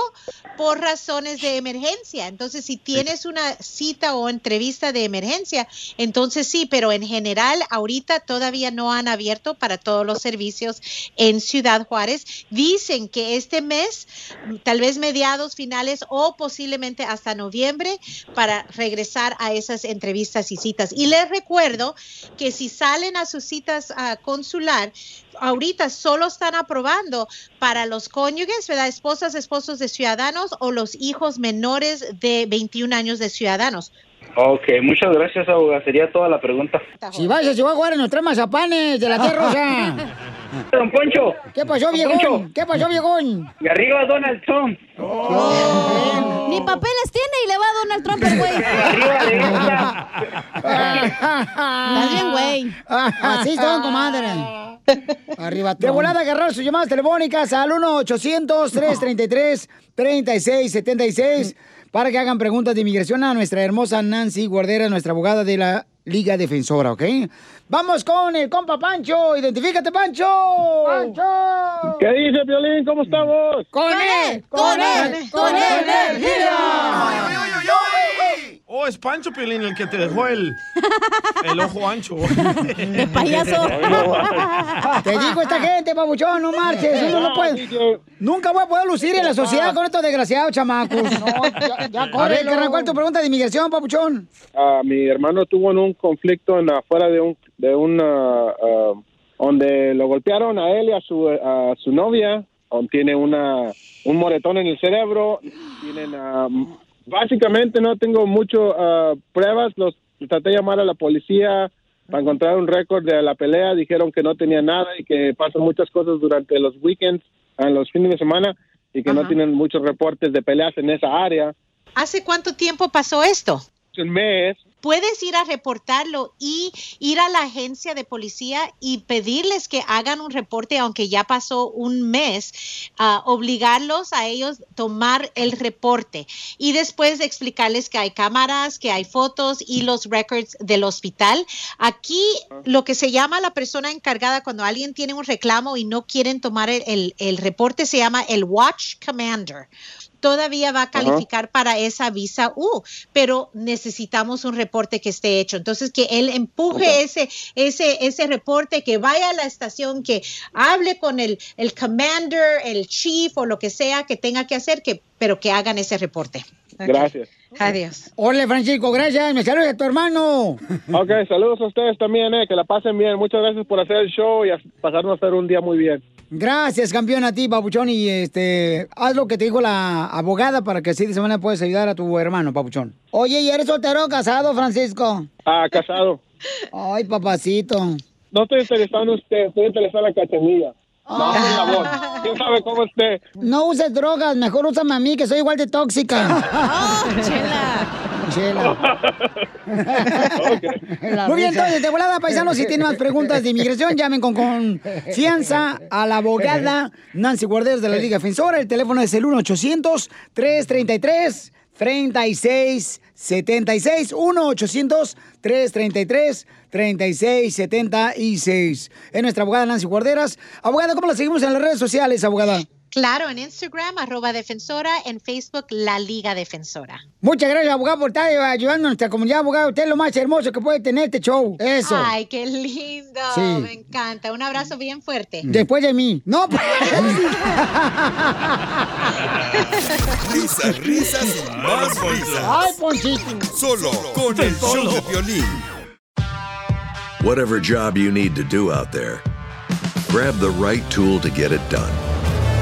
Speaker 23: por razones de emergencia. Entonces, si tienes una cita o entrevista de emergencia, entonces sí, pero en general ahorita todavía no han abierto para todos los servicios en Ciudad Juárez. Dicen que este mes, tal vez mediados, finales o posiblemente hasta noviembre, para regresar a esas entrevistas y citas. Y les recuerdo que si salen a sus citas, citas ah, consular, ahorita solo están aprobando para los cónyuges, ¿verdad? Esposas, esposos de ciudadanos o los hijos menores de 21 años de ciudadanos.
Speaker 17: Ok, muchas gracias, abogada. Sería toda la pregunta.
Speaker 2: Si vaya, si va a jugar en los tres mazapanes de la tierra rosa.
Speaker 17: Don Poncho.
Speaker 2: ¿Qué pasó,
Speaker 17: Don
Speaker 2: viejón?
Speaker 17: Poncho.
Speaker 2: ¿Qué pasó, viejón?
Speaker 17: Y arriba Donald Trump.
Speaker 1: Oh.
Speaker 10: Ni papeles tiene y le va a Donald Trump el güey.
Speaker 2: Estás
Speaker 10: bien, güey.
Speaker 2: Así son, comadre. Arriba De volada, agarrar sus llamadas telefónicas al 1-800-333-3676 para que hagan preguntas de inmigración a nuestra hermosa Nancy Guardera, nuestra abogada de la Liga Defensora, ¿ok? Vamos con el compa Pancho. ¡Identifícate, Pancho! ¡Pancho!
Speaker 22: ¿Qué dice, Violín? ¿Cómo estamos?
Speaker 2: ¡Con él! ¡Con él! ¡Con energía!
Speaker 3: Oh, es Pancho Piolín el que te dejó el, el ojo ancho. El
Speaker 2: payaso. Te digo esta gente, babuchón, no marches. Uno no puede- Nunca voy a poder lucir en la sociedad con estos desgraciados chamacos. ya, A ver,
Speaker 22: córrelo.
Speaker 2: carnal, ¿cuál es tu pregunta de inmigración, papuchón?
Speaker 22: Ah, mi hermano tuvo en un conflicto en afuera de un de una ah, donde lo golpearon a él y a su a su novia. Aún tiene una un moretón en el cerebro. Tienen ah, básicamente no tengo mucho ah, pruebas. Los traté de llamar a la policía para encontrar un récord de la pelea. Dijeron que no tenía nada y que pasan muchas cosas durante los weekends, en los fines de semana y que no tienen muchos reportes de peleas en esa área.
Speaker 23: ¿Hace cuánto tiempo pasó esto?
Speaker 22: Un mes
Speaker 23: Puedes ir a reportarlo y ir a la agencia de policía y pedirles que hagan un reporte, aunque ya pasó un mes, ah, obligarlos a ellos tomar el reporte y después explicarles que hay cámaras, que hay fotos y los records del hospital. Aquí lo que se llama la persona encargada cuando alguien tiene un reclamo y no quieren tomar el- el- el reporte se llama el watch commander todavía va a calificar para esa visa U, pero necesitamos un reporte que esté hecho. Entonces, que él empuje ese, ese, ese reporte, que vaya a la estación, que hable con el, el commander, el chief o lo que sea que tenga que hacer, que, pero que hagan ese reporte.
Speaker 22: Gracias.
Speaker 23: Adiós.
Speaker 2: Hola, Francisco, gracias. Me saludas a tu hermano.
Speaker 22: Ok, saludos a ustedes también, eh, que la pasen bien. Muchas gracias por hacer el show y a- pasarnos a hacer un día muy bien.
Speaker 2: Gracias, campeón, a ti, papuchón. Y este, haz lo que te dijo la abogada para que así de semana puedes ayudar a tu hermano, papuchón. Oye, ¿y eres soltero o casado, Francisco?
Speaker 22: Ah, casado.
Speaker 2: Ay, papacito.
Speaker 22: No estoy interesado en usted, estoy interesado en la cachanilla. No, por favor. ¿Quién sabe cómo esté?
Speaker 2: No uses drogas, mejor úsame a mí, que soy igual de tóxica. Chela. Muy bien, entonces, de volada, paisanos, si tienen más preguntas de inmigración, llamen con confianza a la abogada Nancy Guarderos de la Liga Defensora. El teléfono es el 1-800-333-3676. 1-800-333-3676. Es nuestra abogada Nancy Guarderas. Abogada, ¿cómo la seguimos en las redes sociales, abogada?
Speaker 23: Claro, en Instagram, arroba defensora, en Facebook, la Liga Defensora.
Speaker 2: Muchas gracias, abogado, por estar eh, ayudando a nuestra comunidad, abogado. Usted es lo más hermoso que puede tener este show. Eso.
Speaker 23: Ay, qué lindo.
Speaker 2: Sí.
Speaker 23: Me encanta. Un abrazo bien fuerte.
Speaker 2: Después de mí. No, pues.
Speaker 6: Risas, risas y más risas.
Speaker 2: Ay, Ponchito.
Speaker 6: Solo con el show de Piolín.
Speaker 27: Whatever job you need to do out there, grab the right tool to get it done.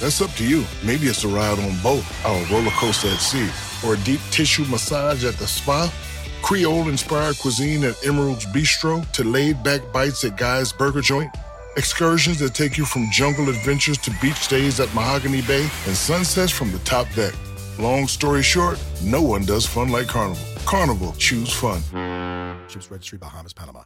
Speaker 28: That's up to you. Maybe it's a ride on boat, or a roller coaster at sea, or a deep tissue massage at the spa. Creole inspired cuisine at Emerald's Bistro to laid back bites at Guy's Burger Joint. Excursions that take you from jungle adventures to beach days at Mahogany Bay and sunsets from the top deck. Long story short, no one does fun like Carnival. Carnival, choose fun.
Speaker 12: Ships Registry, Bahamas, Panama.